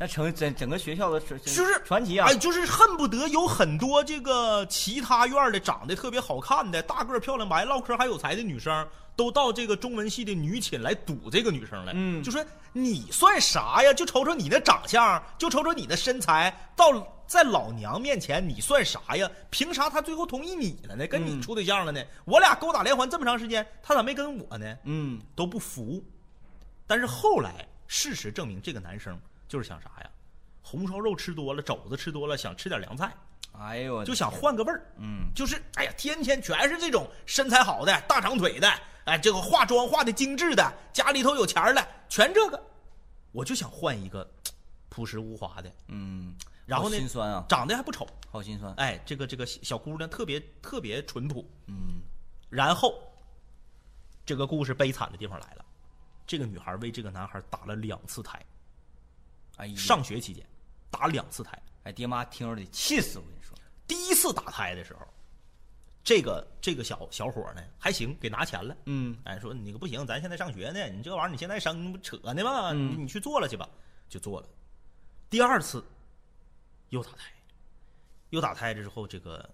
A: 那成整整个学校的是
B: 就是
A: 传奇啊！
B: 哎，就是恨不得有很多这个其他院儿的长得特别好看的、大个儿、漂亮、白、唠嗑还有才的女生，都到这个中文系的女寝来堵这个女生来。
A: 嗯
B: 就说你算啥呀？就瞅瞅你那长相，就瞅瞅你那身材，到在老娘面前你算啥呀？凭啥他最后同意你了呢？跟
A: 嗯
B: 你处对象了呢？我俩勾搭连环这么长时间，他咋没跟我呢？
A: 嗯
B: 都不服。但是后来事实证明，这个男生就是想啥呀？红烧肉吃多了，肘子吃多了，想吃点凉菜，
A: 哎呦我的
B: 就想换个味儿。
A: 嗯
B: 就是哎呀，天天全是这种身材好的、大长腿的，哎，这个化妆化的精致的，家里头有钱儿的，全这个。我就想换一个嘖朴实无华的，
A: 嗯，
B: 然后
A: 好
B: 呢，
A: 心酸啊，
B: 长得还不丑，
A: 好心酸。
B: 哎，这个这个小姑娘特别特别淳朴，
A: 嗯
B: 然后，这个故事悲惨的地方来了，这个女孩为这个男孩打了两次胎，
A: 哎呀，
B: 上学期间打两次胎。
A: 哎爹妈听着得气死我跟你说，
B: 第一次打胎的时候，这个这个小小伙呢还行，给拿钱了。
A: 嗯
B: 哎，说你那个不行，咱现在上学呢，你这玩意儿你现在生不扯呢吧？你
A: 嗯
B: 你去做了去吧，就做了。第二次又打胎，又打胎之后，这个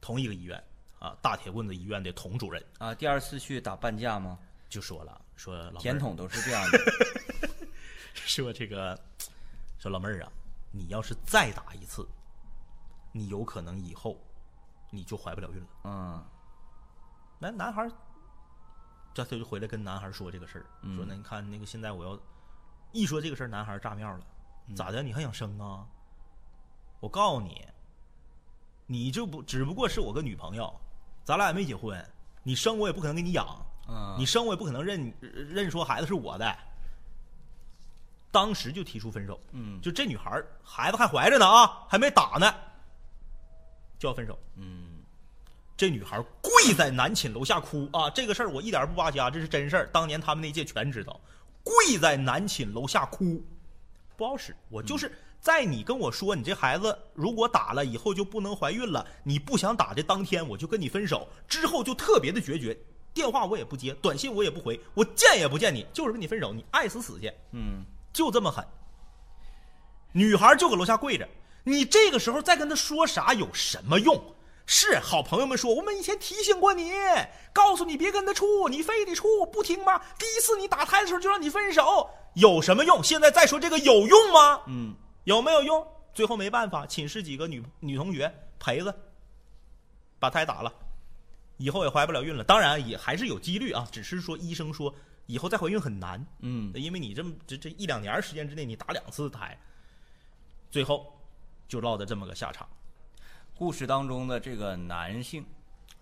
B: 同一个医院啊，大铁棍子医院的童主任
A: 啊，第二次去打半价吗？
B: 就说了，说老妹儿
A: 甜筒都是这样的，
B: 说这个，说老妹儿啊，你要是再打一次，你有可能以后你就怀不了孕了。
A: 嗯
B: 那男孩儿，这他就回来跟男孩儿说这个事儿，说那你看那个现在我要一说这个事儿，男孩儿炸庙了，咋的？你还想生啊？我告诉你，你这不只不过是我个女朋友，咱俩也没结婚，你生我也不可能给你养，
A: 嗯，
B: 你生我也不可能认认说孩子是我的。当时就提出分手，
A: 嗯
B: 就这女孩儿孩子还怀着呢啊，还没打呢，就要分手。
A: 嗯
B: 这女孩跪在男寝楼下哭啊！这个事儿我一点不扒瞎，这是真事儿。当年他们那届全知道，跪在男寝楼下哭，不好使。我就是在你跟我说你这孩子如果打了以后就不能怀孕了，你不想打的当天我就跟你分手，之后就特别的决绝，电话我也不接，短信我也不回，我见也不见你，就是跟你分手，你爱死死去。
A: 嗯
B: 就这么狠。女孩就搁楼下跪着，你这个时候再跟她说啥有什么用？是好朋友们说，我们以前提醒过你，告诉你别跟他处，你非得处，不听吗？第一次你打胎的时候就让你分手，有什么用？现在再说这个有用吗？
A: 嗯，
B: 有没有用？最后没办法，寝室几个女女同学陪着，把胎打了，以后也怀不了孕了。当然也还是有几率啊，只是说医生说以后再怀孕很难。
A: 嗯
B: 因为你这么这这一两年儿时间之内，你打两次胎，最后就落得这么个下场。
A: 故事当中的这个男性，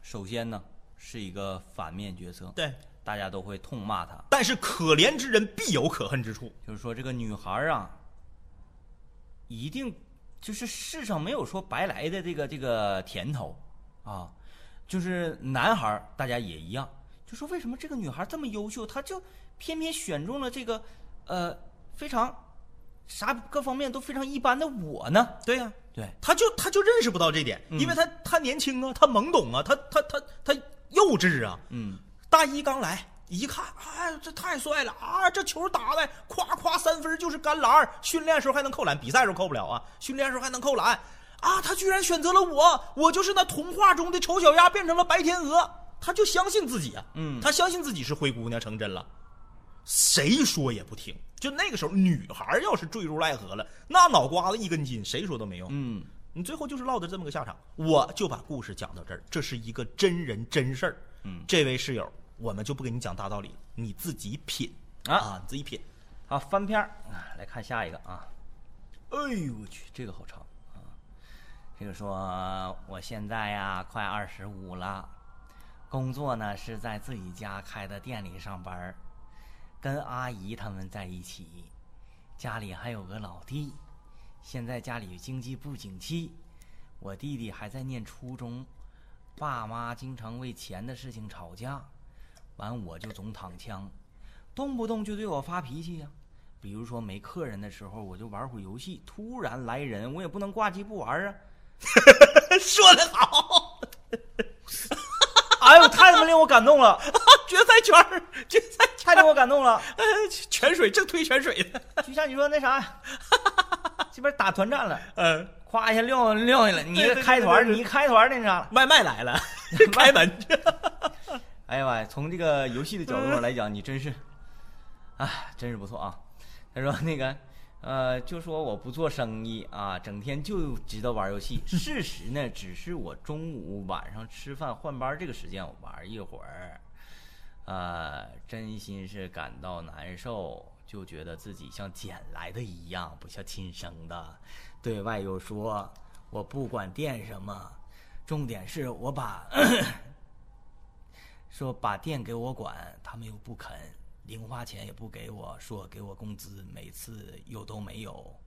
A: 首先呢是一个反面角色，
B: 对，
A: 大家都会痛骂他，
B: 但是可怜之人必有可恨之处。
A: 就是说这个女孩儿啊，一定就是世上没有说白来的这个这个甜头啊，就是男孩儿大家也一样，就说为什么这个女孩儿这么优秀，她就偏偏选中了这个呃非常啥各方面都非常一般的我呢？
B: 对呀、嗯
A: 对，
B: 他就他就认识不到这点，因为他他年轻啊，他懵懂啊，他他他他幼稚啊！
A: 嗯，
B: 大一刚来，一看，哎，这太帅了啊！这球打的，夸夸三分就是干篮儿，训练时候还能扣篮，比赛时候扣不了啊，训练时候还能扣篮啊！他居然选择了我，我就是那童话中的丑小鸭变成了白天鹅，他就相信自己啊，
A: 嗯
B: 他相信自己是灰姑娘成真了，谁说也不听。就那个时候，女孩儿要是坠入爱河了，那脑瓜子一根筋，谁说都没用。
A: 嗯，
B: 你最后就是落得这么个下场。我就把故事讲到这儿，这是一个真人真事儿。
A: 嗯
B: 这位室友，我们就不给你讲大道理了，你自己品
A: 啊
B: 你自己品。
A: 好，翻篇儿，啊来看下一个啊。哎呦我去，这个好长啊！这个说我现在呀快二十五了，工作呢是在自己家开的店里上班儿，跟阿姨他们在一起，家里还有个老弟。现在家里经济不景气，我弟弟还在念初中，爸妈经常为钱的事情吵架，完我就总躺枪。动不动就对我发脾气呀、比如说没客人的时候，我就玩会儿游戏，突然来人，我也不能挂机不玩啊！
B: 说得好，
A: 哎呦，太他妈令我感动了，
B: 决赛圈 儿，决赛
A: 太令我感动了！
B: 呃泉水正推泉水呢。
A: 就像你说那啥，这边打团战了，
B: 嗯、
A: 夸一下撂撂下来，你
B: 对对对
A: 开团儿，
B: 对对
A: 你开团儿那啥了。
B: 外卖来了， 开门去。
A: 哎呀妈呀，从这个游戏的角度上来讲，你真是，哎，真是不错啊。他说那个，呃，就说我不做生意啊，整天就知道玩游戏。事实呢，只是我中午、晚上吃饭换班这个时间我玩一会儿，呃，真心是感到难受，就觉得自己像捡来的一样，不像亲生的。对外又说我不管店什么，重点是我把说把店给我管，他们又不肯，零花钱也不给我，说给我工资，每次又都没有，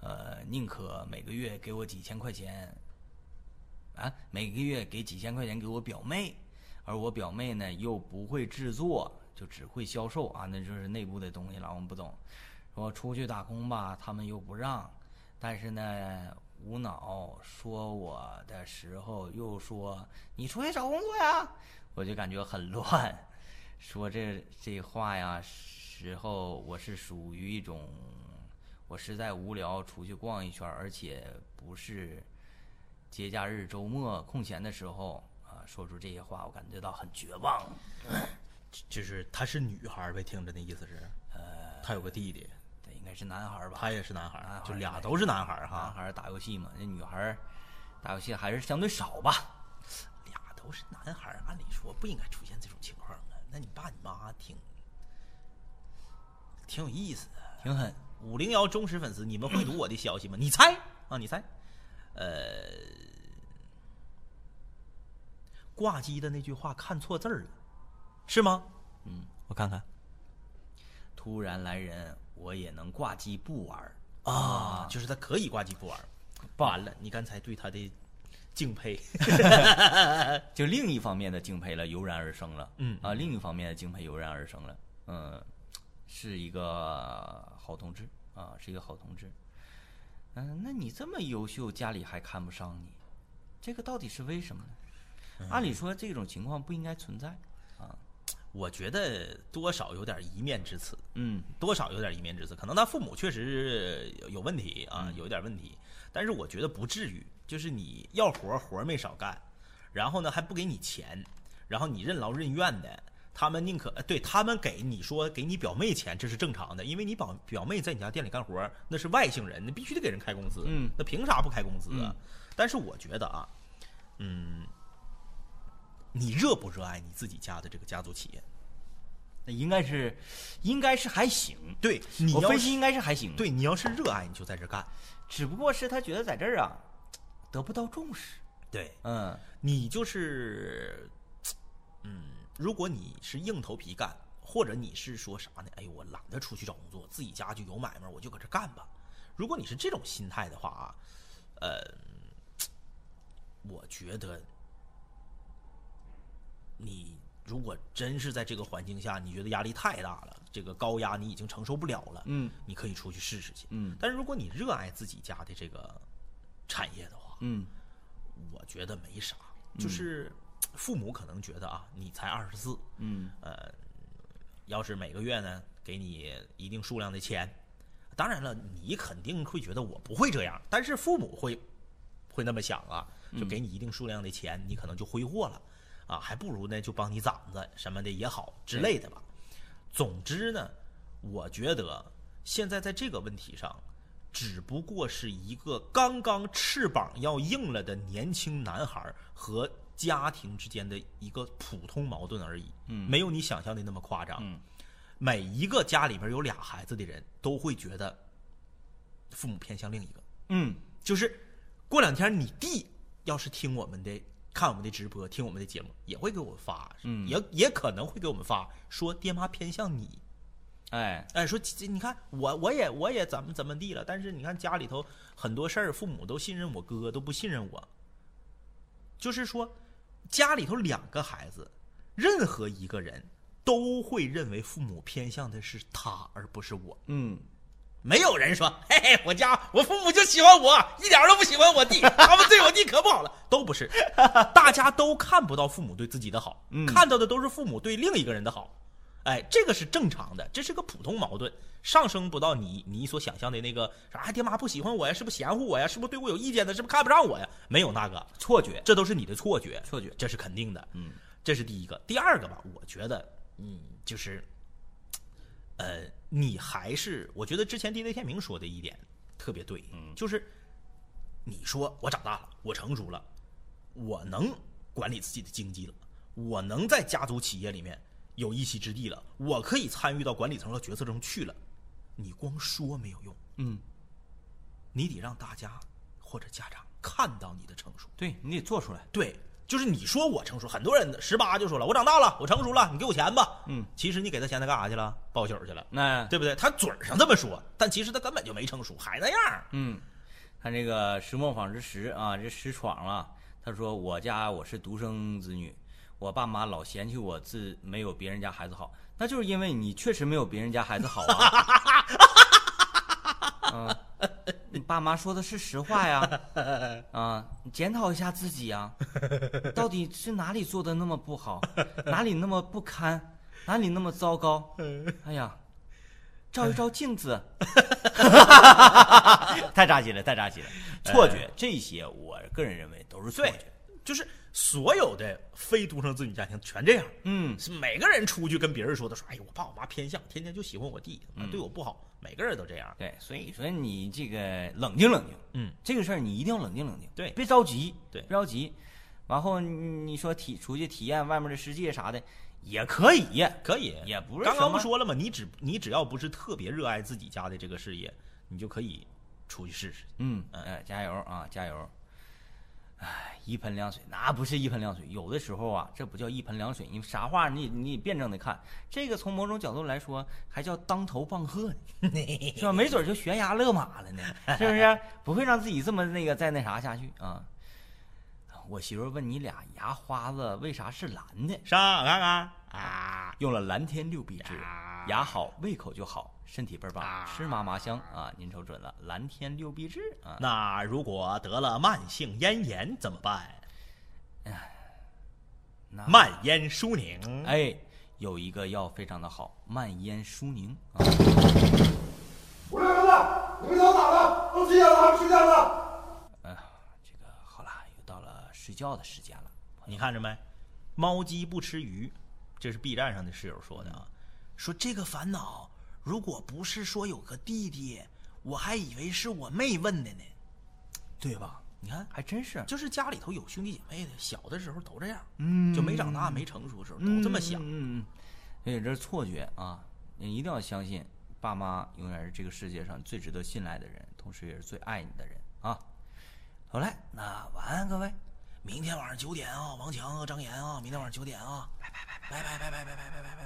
A: 呃，宁可每个月给我几千块钱，啊，每个月给几千块钱给我表妹，而我表妹呢又不会制作，就只会销售啊，那就是内部的东西了，我们不懂。说出去打工吧，他们又不让，但是呢，无脑说我的时候又说你出去找工作呀，我就感觉很乱。说这这话呀，时候我是属于一种，我实在无聊出去逛一圈儿，而且不是节假日、周末空闲的时候啊，说出这些话，我感觉到很绝望。
B: 就是她是女孩儿呗，听着那意思是，呃，啊她有个弟弟，
A: 对，应该是男孩儿吧？
B: 他也是男孩
A: 男孩
B: 儿
A: 儿，
B: 就俩都是男孩儿
A: 男
B: 哈，
A: 孩儿打游戏嘛，那女孩儿打游戏还是相对少吧？
B: 俩都是男孩儿，按理说不应该出现这种情况啊。那你爸你妈挺挺有意思的。
A: 挺狠。
B: 五零幺忠实粉丝，你们会读我的消息吗？你猜啊，你猜，呃，挂机的那句话看错字儿了，是吗？嗯，我看看
A: 突然来人，我也能挂机不玩儿。
B: 啊，就是他可以挂机不玩儿，
A: 棒
B: 完了，你刚才对他的敬佩，
A: 就另一方面的敬佩了，油然而生了。
B: 嗯
A: 啊，另一方面的敬佩油然而生了。嗯，是一个好同志啊，是一个好同志。嗯，那你这么优秀，家里还看不上你，这个到底是为什么呢？按理说这种情况不应该存在啊。
B: 我觉得多少有点一面之词，
A: 嗯
B: 多少有点一面之词，可能他父母确实有有问题
A: 嗯
B: 啊，有一点问题，但是我觉得不至于，就是你要活儿活儿没少干，然后呢还不给你钱，然后你任劳任怨的，他们宁可呃对他们给你说给你表妹钱，这是正常的，因为你表表妹在你家店里干活儿，那是外姓人，你必须得给人开工资，
A: 嗯
B: 那凭啥不开工资啊？
A: 嗯
B: 但是我觉得啊，嗯，你热不热爱你自己家的这个家族企业？
A: 那应该是，应该是还行。
B: 对，你
A: 我
B: 要
A: 分
B: 是
A: 析应该是还行。，
B: 对你要是热爱，你就在这干。
A: 只不过是他觉得在这儿啊，得不到重视。
B: 对
A: 嗯
B: 你就是，嗯，如果你是硬头皮干，或者你是说啥呢？哎呦，我懒得出去找工作，自己家就有买卖，我就搁这干吧。如果你是这种心态的话啊，呃，我觉得你如果真是在这个环境下，你觉得压力太大了，这个高压你已经承受不了了，
A: 嗯
B: 你可以出去试试去。
A: 嗯
B: 但是如果你热爱自己家的这个产业的话，
A: 嗯
B: 我觉得没啥，就是、父母可能觉得啊，你才二十四，
A: 嗯，
B: 呃，要是每个月呢给你一定数量的钱，当然了，你肯定会觉得我不会这样，但是父母会会那么想啊，就给你一定数量的钱，你可能就挥霍了，啊，还不如呢就帮你攒着什么的也好之类的吧。总之呢，我觉得现在在这个问题上，只不过是一个刚刚翅膀要硬了的年轻男孩和家庭之间的一个普通矛盾而已，嗯，没有你想象的那么夸张。
A: 嗯
B: 每一个家里边有俩孩子的人都会觉得父母偏向另一个，
A: 嗯，
B: 就是过两天你弟要是听我们的、看我们的直播、听我们的节目，也会给我发，
A: 嗯
B: 也也可能会给我们发说爹妈偏向你，
A: 哎，
B: 哎，说这你看我我也我也怎么怎么地了，但是你看家里头很多事儿，父母都信任我哥，都不信任我。就是说，家里头两个孩子，任何一个人都会认为父母偏向的是他，而不是我。
A: 嗯，
B: 没有人说，嘿嘿，我家我父母就喜欢我，一点儿都不喜欢我弟，他们对我弟可不好了，都不是，大家都看不到父母对自己的好，
A: 嗯
B: 看到的都是父母对另一个人的好，哎，这个是正常的，这是个普通矛盾，上升不到你你所想象的那个啥，哎爹妈不喜欢我呀，是不是嫌乎我呀，是不是对我有意见的，是不是看不上我呀？没有那个错觉，这都是你的错觉，
A: 错觉
B: 这是肯定的，
A: 嗯，
B: 这是第一个，第二个吧，我觉得，嗯，就是。呃，你还是我觉得之前 DJ 天明说的一点特别对，嗯，就是你说我长大了，我成熟了，我能管理自己的经济了，我能在家族企业里面有一席之地了，我可以参与到管理层和决策中去了。你光说没有用，
A: 嗯，
B: 你得让大家或者家长看到你的成熟。
A: 对你得做出来，
B: 对，就是你说我成熟，很多人十八就说了，我长大了，我成熟了，你给我钱吧。
A: 嗯，
B: 其实你给他钱，他干啥去了？抱酒去了。
A: 那
B: 对不对？他嘴上这么说，但其实他根本就没成熟，还那样儿。
A: 嗯，看这个石磨坊之石啊，这石闯了。他说：“我家我是独生子女，我爸妈老嫌弃我自没有别人家孩子好，那就是因为你确实没有别人家孩子好啊。 嗯，你爸妈说的是实话呀，啊，你检讨一下自己呀，到底是哪里做的那么不好，哪里那么不堪，哪里那么糟糕？哎呀，照一照镜子。”太扎心了，太扎心了！错觉、这些，我个人认为都是错
B: 对
A: 觉。，
B: 就是所有的非独生子女家庭全这样，
A: 嗯，
B: 是每个人出去跟别人说的，说哎呦，我爸我妈偏向，天天就喜欢我弟，他妈对我不好，每个人都这样。
A: 嗯对，所以说你这个冷静冷静，
B: 嗯，
A: 这个事儿你一定要冷静冷静，
B: 对
A: 别着急，
B: 对
A: 别着急。然后你你说体出去体验外面的世界啥的，也可以，
B: 可以，
A: 也不是
B: 刚刚
A: 什么
B: 不说了吗？你只你只要不是特别热爱自己家的这个事业，你就可以出去试试。
A: 嗯，
B: 嗯
A: 哎，加油啊，加油！哎，一盆凉水那不是一盆凉水，有的时候啊，这不叫一盆凉水，你啥话你你也辩证的看，这个从某种角度来说，还叫当头棒喝呢， 是吧？没准就悬崖勒马了呢，是不是？不会让自己这么那个再那啥下去啊。我媳妇儿问你俩牙花子为啥是蓝的？
B: 上看看啊，
A: 用了蓝天六必治
B: 啊，
A: 牙好胃口就好，身体倍儿棒，
B: 啊
A: 吃嘛嘛香啊！您瞅准了，蓝天六必治啊。
B: 那如果得了慢性咽炎怎么办？
A: 哎那
B: 慢咽舒宁，
A: 哎，有一个药非常的好，蔓延舒宁啊。
D: 我说儿子，你们都咋了？都几点了？还不睡觉呢？
A: 呃，这个好了，又到了睡觉的时间了。
B: 你看着没？猫鸡不吃鱼，这是 B 站上的室友说的
A: 嗯
B: 啊。说这个烦恼，如果不是说有个弟弟，我还以为是我妹问的呢，对吧？你看，
A: 还真是，
B: 就是家里头有兄弟姐妹的，小的时候都这样，嗯，就没长大、没成熟的时候都这么想。
A: 嗯嗯嗯，所以这是错觉啊，你一定要相信，爸妈永远是这个世界上最值得信赖的人，同时也是最爱你的人啊。好嘞，那晚安各位。
B: 明天晚上九点啊，王强啊，张岩啊，明天晚上九点啊，拜拜拜拜拜拜拜拜拜拜拜拜拜。